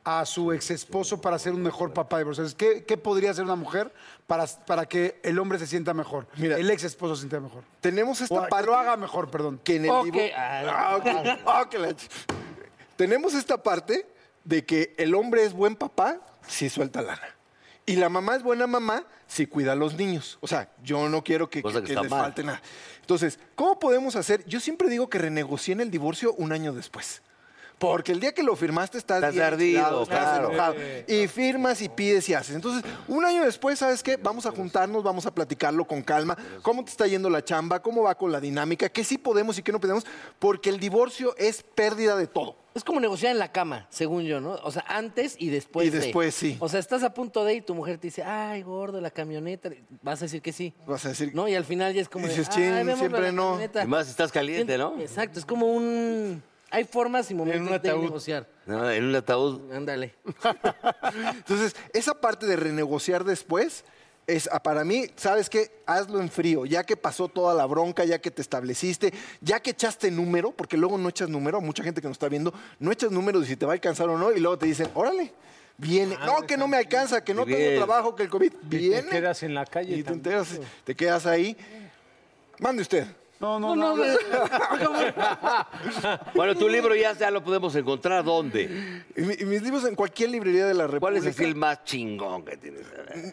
a su ex esposo para ser un mejor papá divorciado? ¿Qué, qué podría hacer una mujer para, para que el hombre se sienta mejor? Mira. el ex esposo se sienta mejor. Tenemos esta O a- que parte- lo haga mejor, perdón. que en el Ok, divo- ah, Ah, ok. Ah, que la ch- Tenemos esta parte de que el hombre es buen papá si suelta lana. Y la mamá es buena mamá si cuida a los niños. O sea, yo no quiero que, Cosa que que está les mal. falte nada. Entonces, ¿cómo podemos hacer? Yo siempre digo que renegocien el divorcio un año después. Porque el día que lo firmaste estás, Estás bien ardido, enchilado, estás claro. enojado. Y firmas y pides y haces. Entonces, un año después, ¿sabes qué? Vamos a juntarnos, vamos a platicarlo con calma. ¿Cómo te está yendo la chamba? ¿Cómo va con la dinámica? ¿Qué sí podemos y qué no podemos? Porque el divorcio es pérdida de todo. Es como negociar en la cama, según yo, ¿no? O sea, antes y después. Y de. después sí. O sea, estás a punto de y tu mujer te dice, ay, gordo, la camioneta. Vas a decir que sí. Vas a decir- No, y al final ya es como. de, Dices, "Ay, "Chin, vemos siempre la no". camioneta". Y más si estás caliente, ¿no? Exacto, es como un. Hay formas y momentos de negociar. No, En un ataúd. Ándale. Entonces, esa parte de renegociar después es ah, para mí, ¿sabes qué? Hazlo en frío, ya que pasó toda la bronca, ya que te estableciste, ya que echaste número, porque luego no echas número, a mucha gente que nos está viendo, no echas número de si te va a alcanzar o no, y luego te dicen, órale, viene, Ah, no, que no me alcanza, que no Qué tengo bien. trabajo, que el COVID viene. quedas en la calle Y te, también. enteras, te quedas ahí. Mande usted. No, no, No, no, no. no. Bueno, tu libro ya, ya lo podemos encontrar. ¿Dónde? Y, mi- y mis libros en cualquier librería de la República. ¿Cuál es el film más chingón que tienes?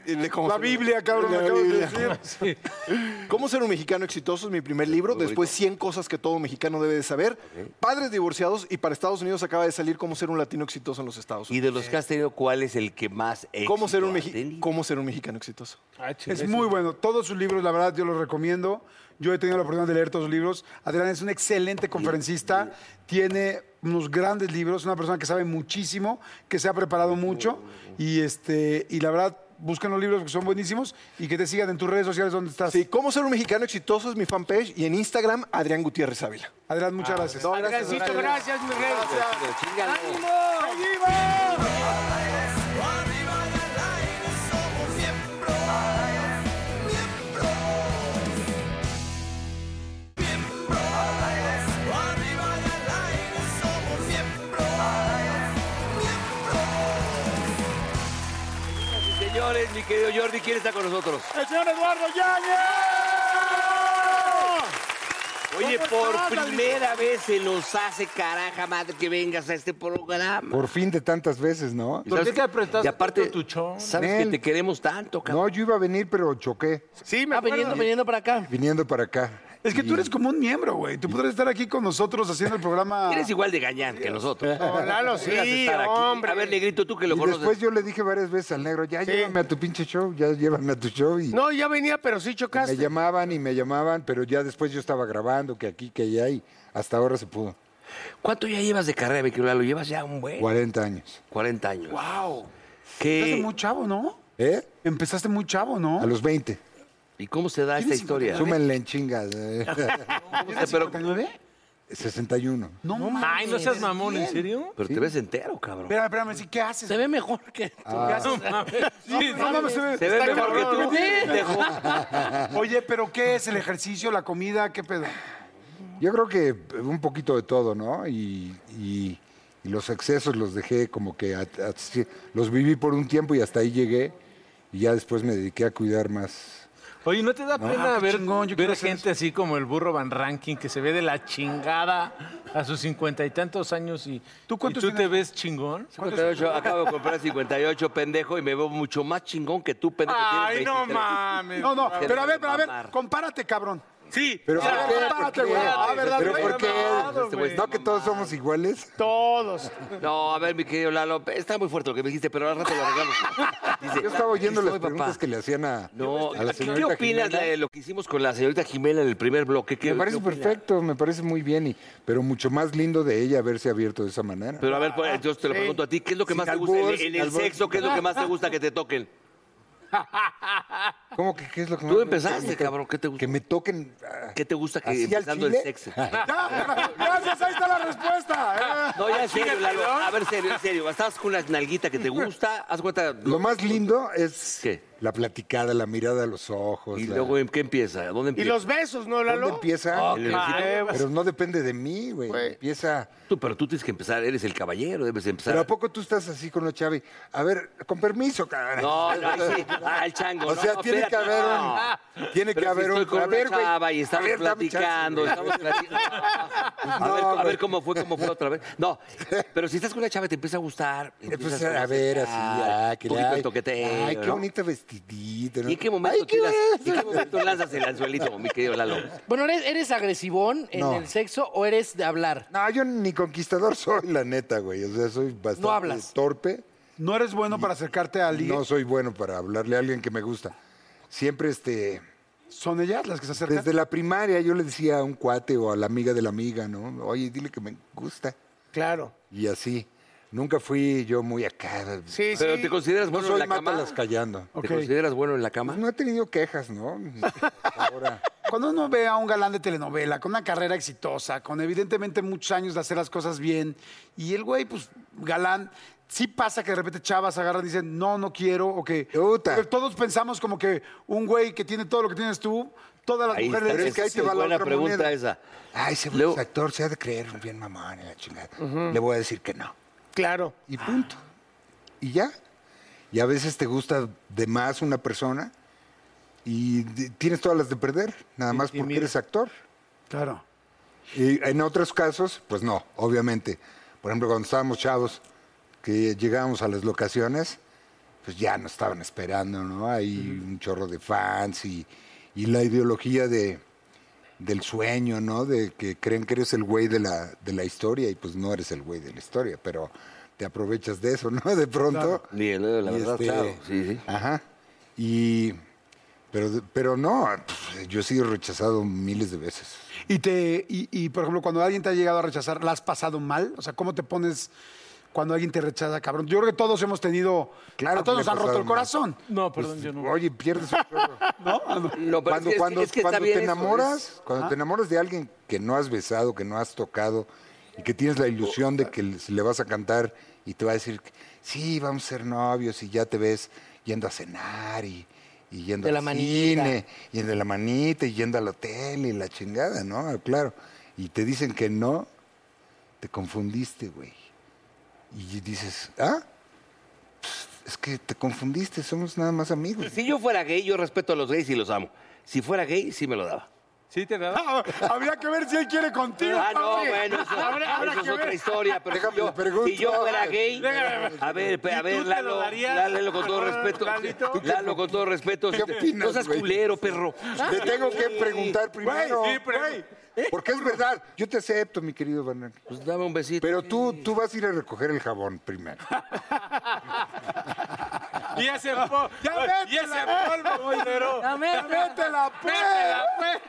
Y le- ¿cómo La se llama? Biblia, cabrón, La me acabas de Biblia. decir. ¿Cómo ser un mexicano exitoso? Es mi primer libro. Después 100 cosas que todo mexicano debe de saber. Padres divorciados y para Estados Unidos acaba de salir cómo ser un latino exitoso en los Estados Y Unidos. de los que has tenido, ¿cuál es el que más éxito ¿Cómo ser, un ha mexi- tenido? ¿Cómo ser un mexicano exitoso? Ah, chile, Es eso. muy bueno. Todos sus libros, la verdad, yo los recomiendo. Yo he tenido la oportunidad de leer todos sus libros. Adrián es un excelente conferencista. Tiene unos grandes libros, una persona que sabe muchísimo, que se ha preparado mucho. Y, este, y la verdad, busquen los libros que son buenísimos y que te sigan en tus redes sociales donde estás. Sí, ¿cómo ser un mexicano exitoso? Es mi fanpage. Y en Instagram, Adrián Gutiérrez Ávila. Ah, Adrián, muchas gracias. Adriancito, gracias, mi rey. Chíngalo. es, mi querido Jordi? ¿Quién está con nosotros? El señor Eduardo Yáñez. Oye, ¿Cómo por estás, Lalito? primera vez se nos hace caraja madre que vengas a este programa. Por fin de tantas veces, ¿no? ¿Por qué te apretaste Y aparte, tanto tu chon? sabes que te queremos tanto, cabrón. No, yo iba a venir, pero choqué. Sí, me Ah, viniendo, viniendo para acá. Viniendo para acá. Es que tú eres como un miembro, güey. Tú podrías estar aquí con nosotros haciendo el programa. Eres igual de gañán que nosotros. No, Lalo, sí, Deberías estar aquí. hombre. A ver, Negrito, tú que Y lo conoces. después yo le dije varias veces al negro, ya Sí. llévame a tu pinche show, ya llévame a tu show. Y No, ya venía, pero sí chocaste. me llamaban y me llamaban, pero ya después yo estaba grabando, que aquí, que allá, y hasta ahora se pudo. ¿Cuánto ya llevas de carrera, mi querido Lalo? Llevas ya un buen 40 años. 40 años. ¡Wow! Empezaste ¿Qué? muy chavo, ¿no? ¿Eh? Empezaste muy chavo, ¿no? A los 20. ¿Y cómo se da esta historia? Súmenle en chingas. eh. ¿Tienes 59? 61. No, mames. Ay, no seas mamón, ¿en Bien. serio? Pero te ves entero, cabrón. Espérame, espérame, sí, ¿qué haces? Se ve mejor que tú. ¿Qué haces? Sí, No mames, se ve. Se ve está mejor que cabrón. tú. Dejo- Oye, pero ¿qué es el ejercicio, la comida? ¿Qué pedo? Yo creo que eh, un poquito de todo, ¿no? Y, y- y los excesos los dejé como que at- at- sí, los viví por un tiempo y hasta ahí llegué. Y ya después me dediqué a cuidar más. Oye, ¿no te da pena qué ver, chingón, yo ver quiero hacer gente así como el burro Van Ranking que se ve de la chingada a sus cincuenta y tantos años y ¿Tú tú, cuántos tú te ves chingón? 58, acabo de comprar 58, pendejo, y me veo mucho más chingón que tú, pendejo. Ay, Tienes no 23. mames. No, no, Te pero a ver, pero a ver, mamar. compárate, cabrón. Sí, Pero mira, ¿por qué? compárate, ¿Por qué? güey. Ah, ¿verdad, ¿Pero güey? por qué? Mamado, Este güey ¿No que todos somos iguales? Todos. No, a ver, mi querido Lalo, está muy fuerte lo que me dijiste, pero al rato lo arreglamos. Dice, Yo estaba oyendo "Aquí las estoy, preguntas papá". que le hacían a, No, a la ¿qué- señorita ¿qué opinas Jimena. de lo que hicimos con la señorita Jimena en el primer bloque? ¿Qué- Me parece qué opinas? perfecto, me parece muy bien, y, pero mucho más lindo de ella haberse abierto de esa manera. Pero a ver, pues, entonces te lo pregunto a ti, ¿qué es lo que Sin más te gusta? albur, En el- sin en el albur. sexo, ¿qué es lo que más te gusta que te toquen? ¿Cómo que qué es lo que Tú más me- empezaste, que me to- cabrón, ¿qué te gusta? Que me toquen. ah, ¿Qué te gusta que ¿Así al empezando el chile? sexo? Ya, gracias, ahí está la respuesta. No, ya en serio, Lalo. A ver, serio, en serio. Estás con una nalguita que te gusta, haz cuenta. Lo más lindo es ¿Qué? la platicada, la mirada a los ojos. Y la- luego, ¿en ¿qué empieza? ¿Dónde Y empieza? los besos, ¿no, ¿Dónde Lalo? Oh, empieza? El besito. Pero no depende de mí, güey. Güey. Empieza. Tú, pero tú tienes que empezar, eres el caballero, debes empezar. Pero ¿a poco tú estás así con la Chavi? A ver, con permiso, cabrón. No, no, ahí sí. Ah, el chango. O no, sea, tiene que espérate, haber no. Ah, un. Tiene Pero que si haber estoy un. con a una ver, güey. chava y a estamos ver, dame chance, platicando, güey. estamos platicando. A, No, ver, a güey. ver cómo fue, cómo fue otra vez. No, pero si estás con una chava y te empieza a gustar. Pues empiezas a ver, así, ah, que poquito de ay, toqueteo, Ay, qué ¿no? bonito vestidito. ¿no? ¿Y en qué momento, Ay, qué tiras- bonito. ¿en qué momento lanzas el anzuelito, mi querido Lalo? Bueno, ¿eres, eres agresivón en No. el sexo o eres de hablar? No, yo ni conquistador soy, la neta, güey. O sea, soy bastante hablas. torpe. No eres bueno para acercarte a alguien. No soy bueno para hablarle a alguien que me gusta. Siempre, este, Son ellas las que se acercan. desde la primaria yo le decía a un cuate o a la amiga de la amiga, ¿no? Oye, dile que me gusta. Claro. Y así. Nunca fui yo muy acá. Sí, Pero sí. te consideras No bueno en soy la cama. mátalas callando. ¿Te consideras bueno en la cama? Pues no he tenido quejas, ¿no? Ahora. Cuando uno ve a un galán de telenovela con una carrera exitosa, con evidentemente muchos años de hacer las cosas bien, y el güey, pues, galán, sí pasa que de repente chavas agarran y dicen, no, no quiero, o que... Puta. Pero todos pensamos como que un güey que tiene todo lo que tienes tú, todas las Ahí está, mujeres... le Pero es dicen, que ahí te es va la buena otra pregunta moneda. esa. Ay, ese Luego- buen actor se ha de creer un bien mamón en la chingada. Le voy a decir que no. Claro. Y punto. Y ya. Y a veces te gusta de más una persona y de- tienes todas las de perder, nada más porque eres actor. Claro. Y en otros casos, pues no, obviamente. Por ejemplo, cuando estábamos chavos, que llegábamos a las locaciones, pues ya nos estaban esperando, ¿no? Hay un chorro de fans y, y la ideología de, del sueño, ¿no? De que creen que eres el güey de la, de la historia y pues no eres el güey de la historia, pero te aprovechas de eso, ¿no? De pronto. Ni el dedo, la Y verdad, este, claro. Sí, sí. Ajá. Y... Pero, pero no, pf, yo he sido rechazado miles de veces. Y, te, y, y, por ejemplo, cuando alguien te ha llegado a rechazar, ¿la has pasado mal? O sea, ¿cómo te pones cuando alguien te rechaza, cabrón? Yo creo que todos hemos tenido... Claro a todos que me nos he han roto pasado el mal. Pues, corazón. No, perdón, yo no. Oye, pierdes un chorro. No, pero cuando es que- cuando, es que está cuando bien te eso, enamoras, es- cuando Ah. te enamoras de alguien que no has besado, que no has tocado y que tienes la ilusión de que le- se le vas a cantar y te va a decir, sí, vamos a ser novios y ya te ves yendo a cenar y, y yendo De al la manita. cine y de la manita y yendo al hotel y la chingada, ¿no? Claro. Y te dicen que no, te confundiste, güey. Y dices, ah, es que te confundiste, somos nada más amigos. Si yo fuera gay, yo respeto a los gays y los amo. Si fuera gay, sí me lo daba. ¿Sí te daba? habría que ver si él quiere contigo. Ah, no, papi. bueno, eso, Habrá- habrá eso es que ver. otra historia. Pero Déjame si yo- le pregunto. si yo fuera gay, Déjame. a ver, pe- a ¿Y tú ver, te Lalo, lo darías? Lalo, con todo respeto, Lalito. Lalo, con todo respeto, ¿Qué opinas, no seas güey? culero, perro. Te tengo que preguntar primero. Güey, sí, pero- Porque es verdad, yo te acepto, mi querido Banán. Pues dame un besito. Pero tú, tú vas a ir a recoger el jabón primero. Y ese polvo. Y ese polvo, boilero. Ya métela. métela, pues. Métela, pues.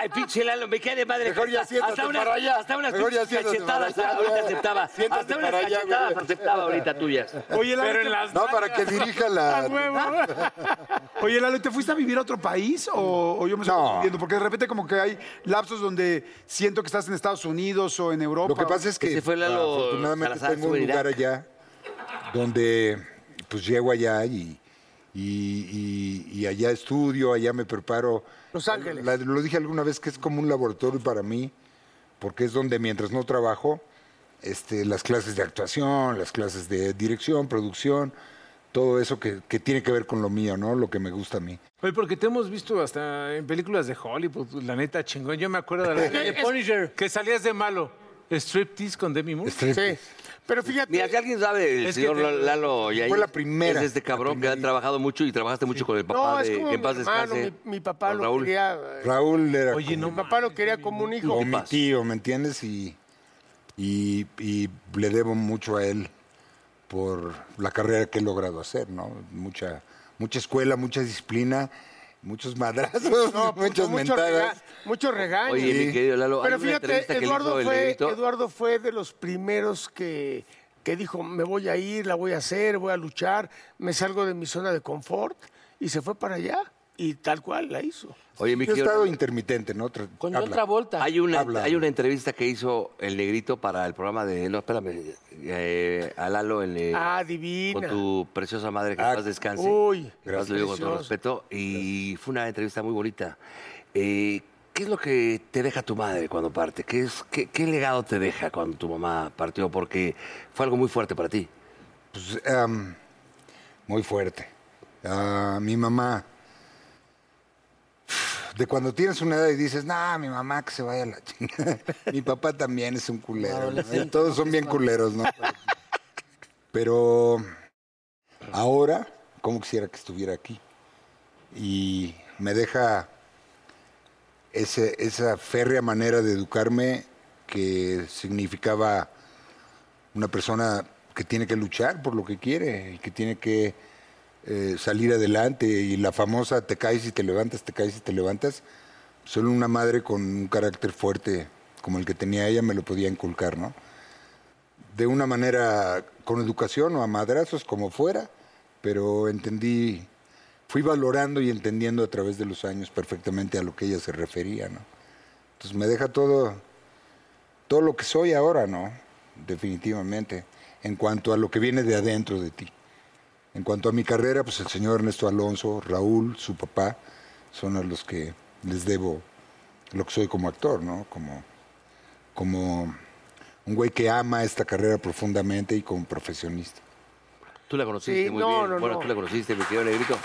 Ay, pinche Lalo, me cae de madre. Mejor ya Hasta- siéntate hasta unas, para allá. Hasta unas Mejor ya pinches siéntate cachetadas para allá, ahorita güey. aceptaba. Siéntate hasta unas para allá, cachetadas güey. aceptaba ahorita tuyas. Oye, Lalo, te- No, para que dirija la... Oye, Lalo, ¿y ¿te fuiste a vivir a otro país o, o yo me estoy confundiendo? Porque de repente como que hay lapsos donde siento que estás en Estados Unidos o en Europa. Lo que pasa es que afortunadamente tengo un lugar allá donde pues llego allá y, y- y- y allá estudio, allá me preparo. Los Ángeles. La- lo dije alguna vez que es como un laboratorio para mí, porque es donde mientras no trabajo, este, las clases de actuación, las clases de dirección, producción, todo eso que, que tiene que ver con lo mío, ¿no? Lo que me gusta a mí. Oye, porque te hemos visto hasta en películas de Hollywood, la neta chingón. Yo me acuerdo de la Es- es- Punisher. Que salías de malo. Striptease con Demi Moore. Sí. Pero fíjate. Mira, si alguien sabe, el Es que señor te- Lalo Yair Fue la primera, Es este cabrón que ha trabajado mucho y trabajaste mucho con el papá No, es de como que en mi paz hermano, descanse. mi, mi papá Don lo Raúl. quería. eh, Raúl era Oye, como- no Mi papá lo quería como un hijo. o mi tío, ¿me entiendes? Y, y- y le debo mucho a él por la carrera que he logrado hacer, ¿no? Mucha, mucha escuela, mucha disciplina, muchos madrazos, No, puto, muchas mucho mentadas. rega- mucho regaño. Oye, mi querido Lalo, Pero hay una entrevista fíjate, que le Eduardo hizo el fue, negrito. Eduardo fue de los primeros que, que dijo, me voy a ir, la voy a hacer, voy a luchar, me salgo de mi zona de confort y se fue para allá y tal cual la hizo. Oye, mi Yo he querido estado intermitente, ¿no? Tra- Con habla. otra vuelta. Hay una, Habla. hay una entrevista que hizo el negrito para el programa de. No, espérame. eh, a Lalo en, eh, Ah, con divina. tu preciosa madre que Ah, en paz descanse. Uy, Además, lo digo con todo preciosa. respeto. Y fue una entrevista muy bonita. Eh, ¿Qué es lo que te deja tu madre cuando parte? ¿Qué, es, qué, qué legado te deja cuando tu mamá partió? Porque fue algo muy fuerte para ti. Pues, em, muy fuerte. Ah, mi mamá, de cuando tienes una edad y dices, nah, mi mamá que se vaya a la chingada. mi papá también es un culero. ¿no? Adolescente, Todos son bien culeros, ¿no? Pero ahora, ¿cómo quisiera que estuviera aquí? Y me deja ese- esa férrea manera de educarme que significaba una persona que tiene que luchar por lo que quiere y que tiene que eh, salir adelante y la famosa te caes y te levantas, te caes y te levantas, solo una madre con un carácter fuerte como el que tenía ella me lo podía inculcar, ¿no? De una manera con educación o a madrazos, como fuera, pero entendí, fui valorando y entendiendo a través de los años perfectamente a lo que ella se refería, ¿no? Entonces me deja todo, todo lo que soy ahora, ¿no? Definitivamente. En cuanto a lo que viene de adentro de ti. En cuanto a mi carrera, pues el señor Ernesto Alonso, Raúl, su papá, son a los que les debo lo que soy como actor, ¿no? Como, como un güey que ama esta carrera profundamente y como profesionista. Tú la conociste Sí, muy no, bien. no, bueno, no. tú la conociste, mi querido negrito.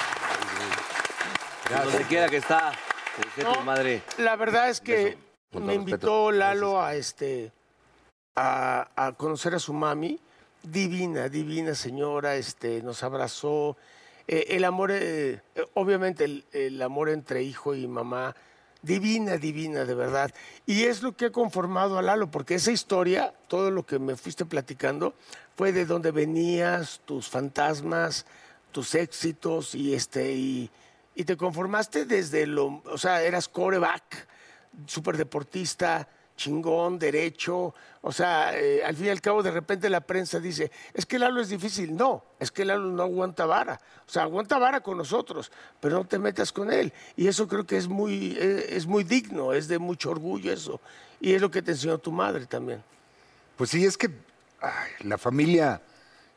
Donde quiera que está, que esté tu No. madre. La verdad es que con todo me invitó Lalo a este a, a conocer a su mami. Divina, divina señora, este, nos abrazó. Eh, el amor, eh, eh, obviamente el, el amor entre hijo y mamá, divina, divina, de verdad. Y es lo que ha conformado a Lalo, porque esa historia, todo lo que me fuiste platicando, fue de dónde venías, tus fantasmas, tus éxitos y este y, y te conformaste desde lo, o sea, eras coreback, superdeportista, chingón, derecho, o sea, eh, al fin y al cabo de repente la prensa dice, es que Lalo es difícil, no, es que Lalo no aguanta vara, o sea, aguanta vara con nosotros, pero no te metas con él, y eso creo que es muy, eh, es muy digno, es de mucho orgullo eso, y es lo que te enseñó tu madre también. Pues sí, es que ay, la familia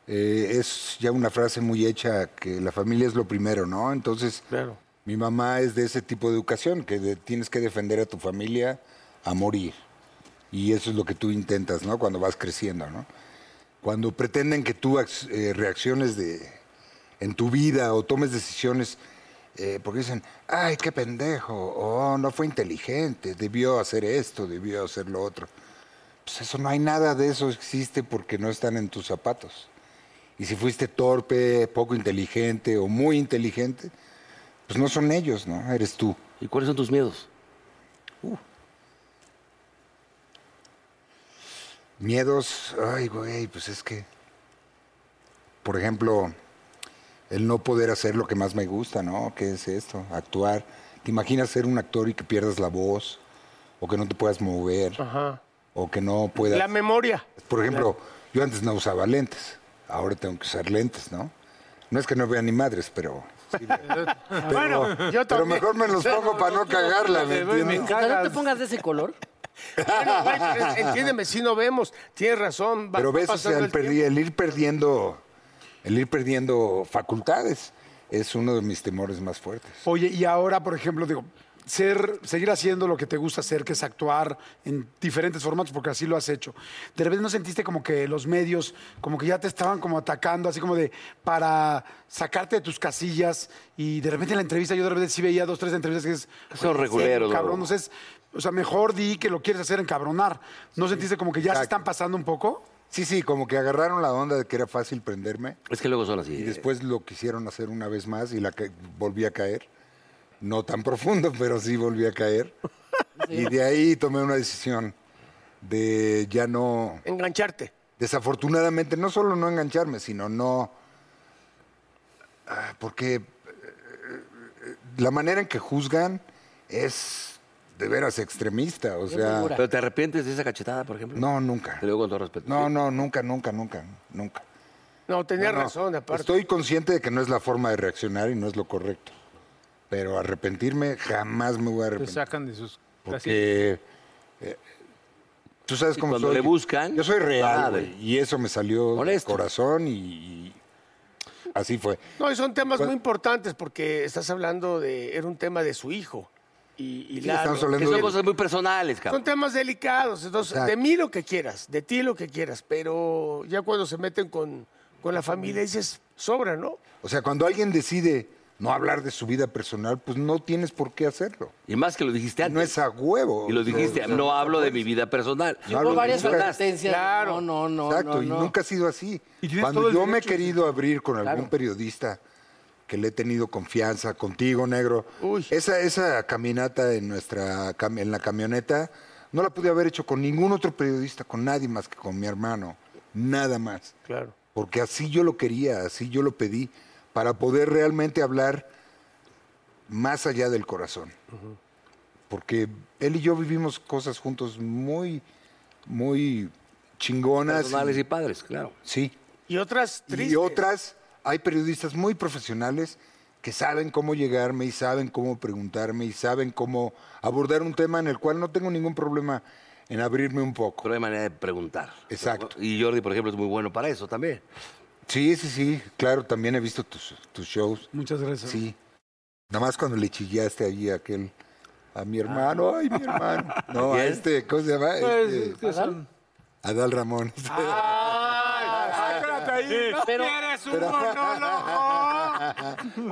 eh, es ya una frase muy hecha, que la familia es lo primero, ¿no? Entonces, Claro. mi mamá es de ese tipo de educación, que de- tienes que defender a tu familia a morir. Y eso es lo que tú intentas, ¿no? Cuando vas creciendo, ¿no? Cuando pretenden que tú ac- eh, reacciones de, en tu vida o tomes decisiones eh, porque dicen, ay, qué pendejo, o "Oh, no fue inteligente, debió hacer esto, debió hacer lo otro. Pues eso no hay nada de eso existe porque no están en tus zapatos. Y si fuiste torpe, poco inteligente o muy inteligente, pues no son ellos, ¿no? Eres tú. Uh. ¿Y cuáles son tus miedos? Miedos, ay, güey, pues es que, por ejemplo, el no poder hacer lo que más me gusta, ¿no? ¿Qué es esto? Actuar. ¿Te imaginas ser un actor y que pierdas la voz? O que no te puedas mover. O que no puedas... La memoria. Por ejemplo, yo antes no usaba lentes. Ahora tengo que usar lentes, ¿no? No es que no vea ni madres, pero... Pero- bueno, yo pero también. mejor me los pongo para no cagarla, ¿me entiendes? No te pongas de ese color. bueno, güey, pero es- entiéndeme, si no vemos, tienes razón. va- Pero va ves, o sea, pasando el, el perdi- el ir perdiendo, el ir perdiendo facultades es uno de mis temores más fuertes. Oye, y ahora, por ejemplo, digo, ser, seguir haciendo lo que te gusta hacer, que es actuar en diferentes formatos, porque así lo has hecho. De repente no sentiste como que los medios, como que ya te estaban como atacando, así como de para sacarte de tus casillas. Y de repente en la entrevista, yo de repente sí veía dos, tres entrevistas que es. Son "Oye, ¿en serio, reguleros, Cabrón, bro? no sé. es- O sea, mejor di que lo quieres hacer encabronar. ¿No sentiste como que ya se están pasando un poco? Sí, sí, como que agarraron la onda de que era fácil prenderme. Es que luego son así. Y después lo quisieron hacer una vez más y la ca- volví a caer. No tan profundo, pero sí volví a caer. Y de ahí tomé una decisión de ya no... Engancharte. Desafortunadamente, no solo no engancharme, sino no... Ah, Porque eh, la manera en que juzgan es de veras extremista, o sea... ¿Pero te arrepientes de esa cachetada, por ejemplo? No, nunca. Te lo digo con todo respeto. No, no, nunca, nunca, nunca, nunca. No, tenía No, no. razón, aparte. Estoy consciente de que no es la forma de reaccionar y no es lo correcto. Pero arrepentirme, jamás me voy a Te arrepentir. sacan de sus Porque eh, tú sabes Y cómo cuando soy. le buscan, Yo soy real, madre. güey, Y eso me salió del corazón y, y así fue. No, y son temas Pues- muy importantes porque estás hablando de. Era un tema de su hijo. Y, y Sí, Lalo. estamos hablando Que son de- cosas muy personales, cabrón. Son temas delicados. Entonces, Exacto. de mí lo que quieras, de ti lo que quieras, pero ya cuando se meten con, con la familia dices, sobra, ¿no? O sea, cuando alguien decide no hablar de su vida personal, pues no tienes por qué hacerlo. Y más que lo dijiste antes. No es a huevo. Y lo dijiste, O sea, pues, no hablo de mi vida personal. Yo por varias Hablo de- advertencias. No, no, no. Exacto, no, y no. nunca ha sido así. tienes todo Cuando el yo me he derecho, querido abrir con algún Claro. periodista que le he tenido confianza, contigo, negro, esa, esa caminata en, nuestra, cam- en la camioneta no la pude haber hecho con ningún otro periodista, con nadie más que con mi hermano, nada más. Claro. Porque así yo lo quería, así yo lo pedí, para poder realmente hablar más allá del corazón. Porque él y yo vivimos cosas juntos muy, muy chingonas. Personales y padres, claro. Sí. Y otras Y otras, hay periodistas muy profesionales que saben cómo llegarme y saben cómo preguntarme y saben cómo abordar un tema en el cual no tengo ningún problema en abrirme un poco. Pero hay manera de preguntar. Exacto. Y Jordi, por ejemplo, es muy bueno para eso también. Sí, sí, sí, claro, también he visto tus, tus shows. Muchas gracias. Sí. Nada más cuando le chillaste ahí a aquel, a Ah. mi hermano, ay, mi hermano. No, a ¿Quién? este, ¿cómo se llama? Pues, Este, Adal Ramón. Sácate ahí. no Pero- quieres un Pero- monólogo.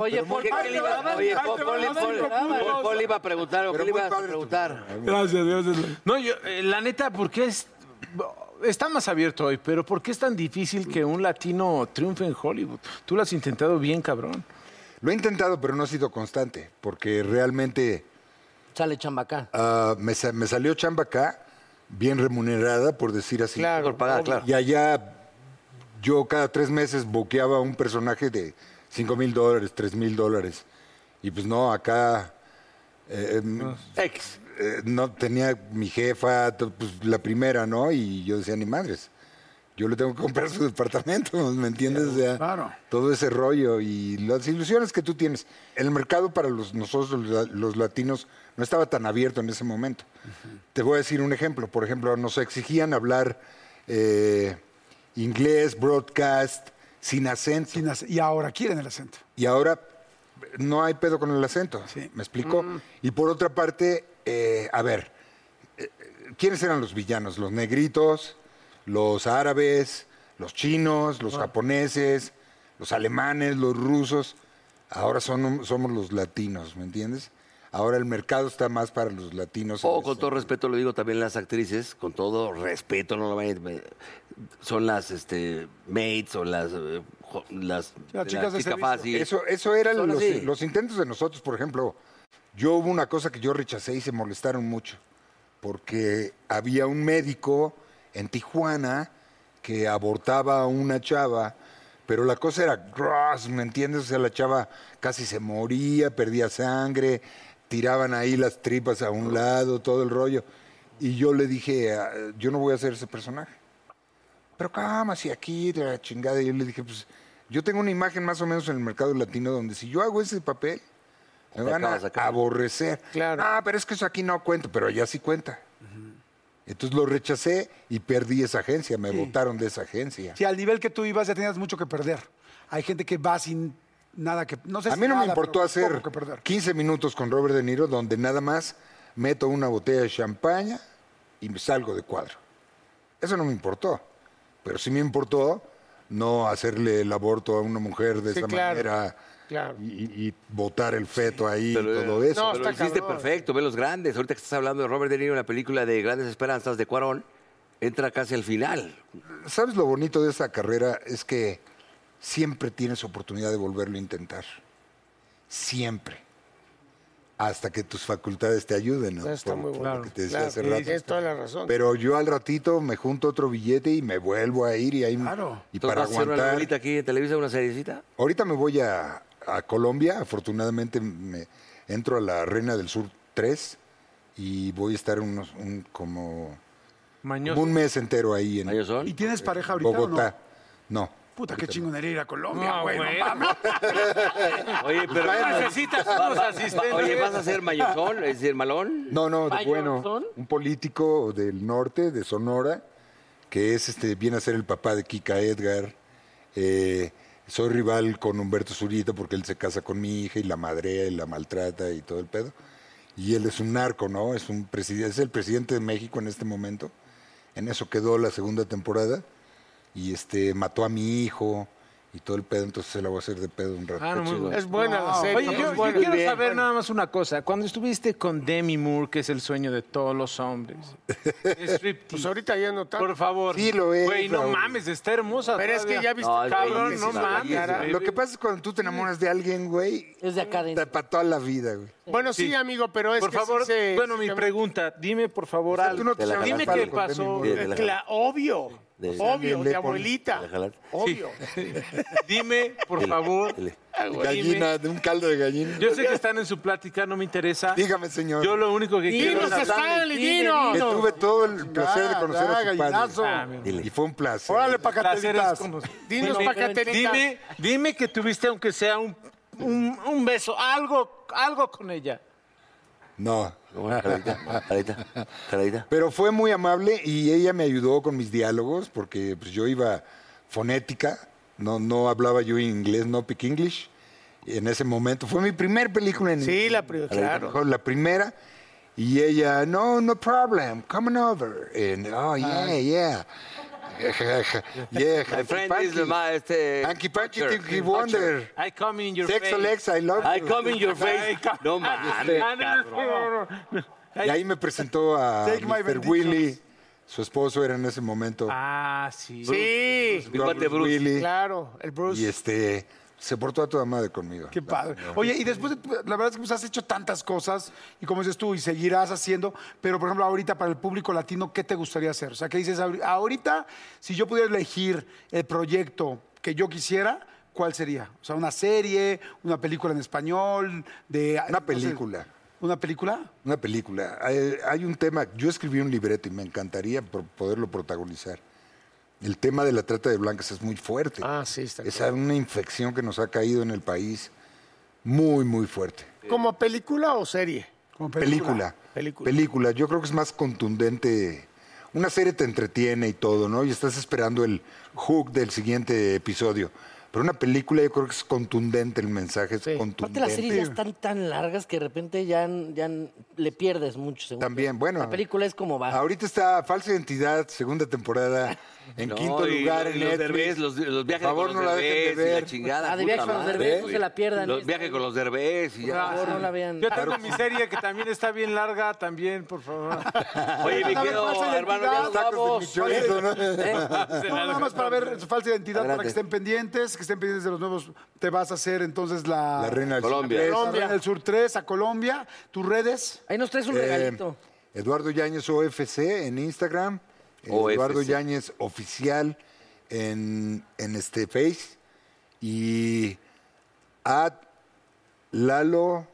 Oye, ¿por qué le iba- oye, Paul- Paul- Paul- Paul iba a preguntar, ¿o qué le ibas a preguntar? Gracias, gracias. No, yo, eh, la neta, ¿por qué es, está más abierto hoy? Pero ¿por qué es tan difícil que un latino triunfe en Hollywood? Tú lo has intentado bien, cabrón. Lo he intentado, pero no ha sido constante, porque realmente Sale chamba acá. ah, me, sa- me salió chamba acá, bien remunerada, por decir así. Claro, Mejor pagada, claro. Y allá yo cada tres meses boqueaba un personaje de 5 mil dólares, 3 mil dólares. Y pues no, acá... eh, em, Ex. eh, no tenía mi jefa, to- pues, la primera, ¿no? Y yo decía, ni madres. Yo le tengo que comprar su departamento, ¿me entiendes? O sea, todo ese rollo y las ilusiones que tú tienes. El mercado para los, nosotros, los, la- los latinos, no estaba tan abierto en ese momento. Te voy a decir un ejemplo. Por ejemplo, nos exigían hablar eh, inglés, broadcast, sin acento. Y ahora quieren el acento. Y ahora no hay pedo con el acento. ¿Me explico? Y por otra parte, eh, a ver, eh, ¿quiénes eran los villanos? Los negritos, los árabes, los chinos, los japoneses, Los alemanes, los rusos, ahora son- somos los latinos, ¿me entiendes? Ahora el mercado está más para los latinos. O con todo respeto lo digo también las actrices, con todo respeto, no lo vayan- me- son las este maids o las eh, jo- las la chica fácil. Eso, eso eran Son los, así. los intentos de nosotros, por ejemplo. Yo hubo una cosa que yo rechacé y se molestaron mucho, porque había un médico en Tijuana que abortaba a una chava, pero la cosa era gross, ¿me entiendes? O sea, la chava casi se moría, perdía sangre, tiraban ahí las tripas a un lado, todo el rollo. Y yo le dije, "Ah, yo no voy a hacer ese personaje pero cama, si aquí, de la chingada. Y yo le dije, pues, yo tengo una imagen más o menos en el mercado latino donde si yo hago ese papel, me Te van a acabas acá. aborrecer. Claro. Ah, pero es que eso aquí no cuenta, pero allá sí cuenta. Entonces lo rechacé y perdí esa agencia, me votaron de esa agencia. Si al nivel que tú ibas ya tenías mucho que perder. Hay gente que va sin nada que... No sé a si mí no me nada, importó pero hacer poco que perder. 15 minutos con Robert De Niro donde nada más meto una botella de champaña y me salgo de cuadro. Eso no me importó. Pero sí me importó no hacerle el aborto a una mujer de Sí, esa claro, manera claro. y, y botar el feto ahí y todo eso. pero lo hiciste perfecto, ve los grandes. Ahorita que estás hablando de Robert De Niro en la película de Grandes Esperanzas de Cuarón, entra casi al final. ¿Sabes lo bonito de esa carrera? Es que siempre tienes oportunidad de volverlo a intentar. Siempre. Hasta que tus facultades te ayuden, ¿no? Está Por- muy por bueno. lo que te decía Claro, hace sí, rato. Tienes toda la razón. Pero yo al ratito me junto otro billete y me vuelvo a ir y ahí y Entonces, para ¿vas a hacer una aguantar. novelita aquí en Televisa, una seriecita? Ahorita me voy a, a Colombia, afortunadamente me entro a la Reina del Sur 3 y voy a estar unos un- como, como un mes entero ahí en ¿Y tienes pareja ahorita o no? Bogotá. no? Puta, qué chingonería ir a Colombia, No, güey. güey. No, mames. Oye, pero Bueno. Necesitas Va- unos va- asistentes. Oye, ¿vas a ser mayozón? ¿Es decir, malón? No, no, de ¿Mayo bueno, son? un político del norte, de Sonora, que es este, viene a ser el papá de Kika Edgar. Eh, soy rival con Humberto Zurita porque él se casa con mi hija y la madrea y la maltrata y todo el pedo. Y él es un narco, ¿no? Es, un preside- es el presidente de México en este momento. En eso quedó la segunda temporada. Y este mató a mi hijo y todo el pedo, entonces se la voy a hacer de pedo un rato. Ah, no, muy Chido. bueno. la serie, Oye, es yo, yo buena. quiero Bien, saber nada más una cosa. Cuando estuviste con Demi Moore, que es el sueño de todos los hombres, Pues ahorita ya no tanto. por favor. Sí, lo es, Güey, no Raúl. mames, está hermosa. Pero es que todavía. ya viste, No, es cabrón, bellísima, no mames, bellísima. cara. Lo que pasa es cuando tú te enamoras de alguien, güey, Es de acá te adentro. para toda la vida, güey. Bueno, sí, Sí. amigo, pero es por que sí favor, se- bueno, se mi cambia. pregunta, dime por favor sea, algo. tú no te sabes Dime nada qué con Demi pasó. Moore. Te la- Cla- obvio, De- obvio, Le de pon- abuelita. Ojalá. Obvio. Ah, Dime, por favor. Gallina, de un caldo de gallina. Yo sé que están en su plática, no me interesa. Dígame, señor. Yo lo único que quiero Dinos, es Stanley, dinos. que tuve todo el placer de conocer a su gallinazo. padre. Ah, bien. Dile. Y fue un placer. Órale, placeres pacatelitas. con nosotros. Dinos, Dime- Pacateritas. Dime, dime que tuviste aunque sea un, un, un beso, algo, algo con ella. No. Una Jaladita, jaladita, jaladita. Pero fue muy amable y ella me ayudó con mis diálogos porque pues, yo iba fonética, no, no hablaba yo inglés, no pick English. Y en ese momento fue mi primer película en Sí, la primera, claro. Mejor, La primera. Y ella, no, no problem, coming over. And, oh, Ah. yeah, yeah. yeah, My friend is the ma- este, Hanky Panky, Butcher. Tinky Wonder. I come in your Sexo face. Lex, I love I you. come in your face. No mames, Ah, no, no, cabrón. no, no, no. Y ahí me presentó a Take my Mr. benditions. Willy. Su esposo era en ese momento. Ah, sí. Sí, Mi cuate Robert Bruce. Willy. claro, el Bruce. Y este, se portó a toda madre conmigo. Qué padre. Oye, y después, de- la verdad es que pues, has hecho tantas cosas, y como dices tú, y seguirás haciendo, pero por ejemplo, ahorita para el público latino, ¿qué te gustaría hacer? O sea, ¿qué dices ahori- ahorita? Si yo pudiera elegir el proyecto que yo quisiera, ¿cuál sería? O sea, una serie, una película en español, de... no Una sé, película. ¿Una película? Una película. Hay, hay un tema, yo escribí un libreto y me encantaría pro- poderlo protagonizar. El tema de la trata de blancas es muy fuerte. Ah, sí, está es claro. una infección que nos ha caído en el país muy, muy fuerte. ¿Como película o serie? Como Película. Película. Película. Yo creo que es más contundente. Una serie te entretiene y todo, ¿no? Y estás esperando el hook del siguiente episodio. Pero una película yo creo que es contundente, el mensaje es contundente. Aparte, las series ya están tan largas que de repente ya, ya le pierdes mucho. según También, bueno. La película es como va. Ahorita está Falsa Identidad, segunda temporada, en No, quinto y lugar los- en y los Netflix. Derbez, los- los viajes Por favor, con no los la dejen de Derbez y la ver. chingada, Ah, de puta viajes con los madre. Derbez, no se la pierdan. ¿eh? Los viajes con los derbés y ya. vean. Yo tengo mi serie que también está bien larga, también, por favor. Oye, mi Nada más querido falsa hermano, identidad. ya nos vamos. eh, No, nada más para ver su falsa identidad, para Adelante. que estén pendientes, que estén pendientes de los nuevos. Te vas a hacer entonces la. La Reina del Sur Colombia. tres. La Reina del Sur 3 a Colombia. Tus redes. Ahí nos traes un Eh, regalito. Eduardo Yáñez OFC en Instagram. eh, OFC. Eduardo Yáñez Oficial en, en este Face. Y at Lalo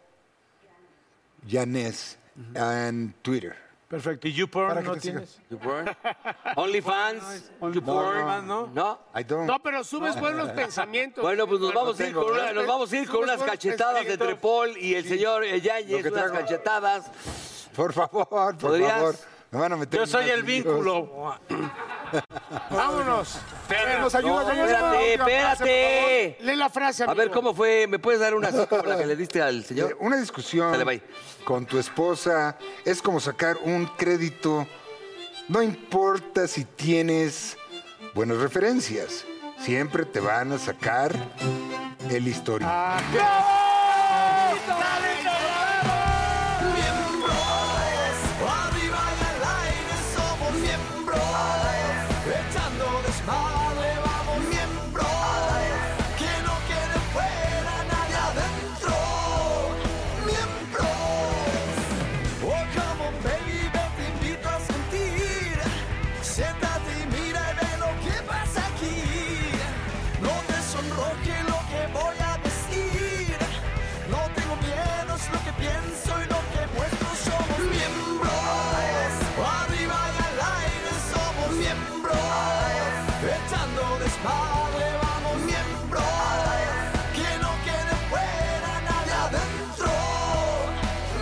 Llanes en Twitter. Perfecto. ¿Y YouPorn ¿Para qué no te tienes? OnlyFans, No, YouPorn, no. ¿no? I don't. No, pero subes buenos pensamientos. Bueno, pues nos vamos a ir tengo, con, una- ¿verdad? nos vamos a ir con unas cachetadas de Trepol y el señor eh, Lo Yáñez, que unas traigo. cachetadas. Por favor, por ¿Podrías? favor. Me van a meter Yo en soy más el líos. vínculo. Vámonos. Eh, Nos No, ayudas a espérate, espérate. Lee la frase, A ver, amigo. ¿cómo fue? ¿Me puedes dar una así como la que le diste al Eh, señor? Una discusión Dale, bye. con tu esposa es como sacar un crédito. No importa si tienes buenas referencias, siempre te van a sacar el historial. Arriba y al aire somos miembros, echando desmadre vamos miembros, que no quede fuera nadie adentro, miembros. Oh come on baby, ven, te invito a sentir, siéntate y mira y ve lo que pasa aquí, no te sonroje lo que voy a decir, no tengo miedo, es lo que pienso y lo que muestro somos miembros. Arriba y al aire somos miembros. Echando desmadre vamos miembros. Que no quede fuera nadie adentro.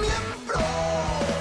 Miembros.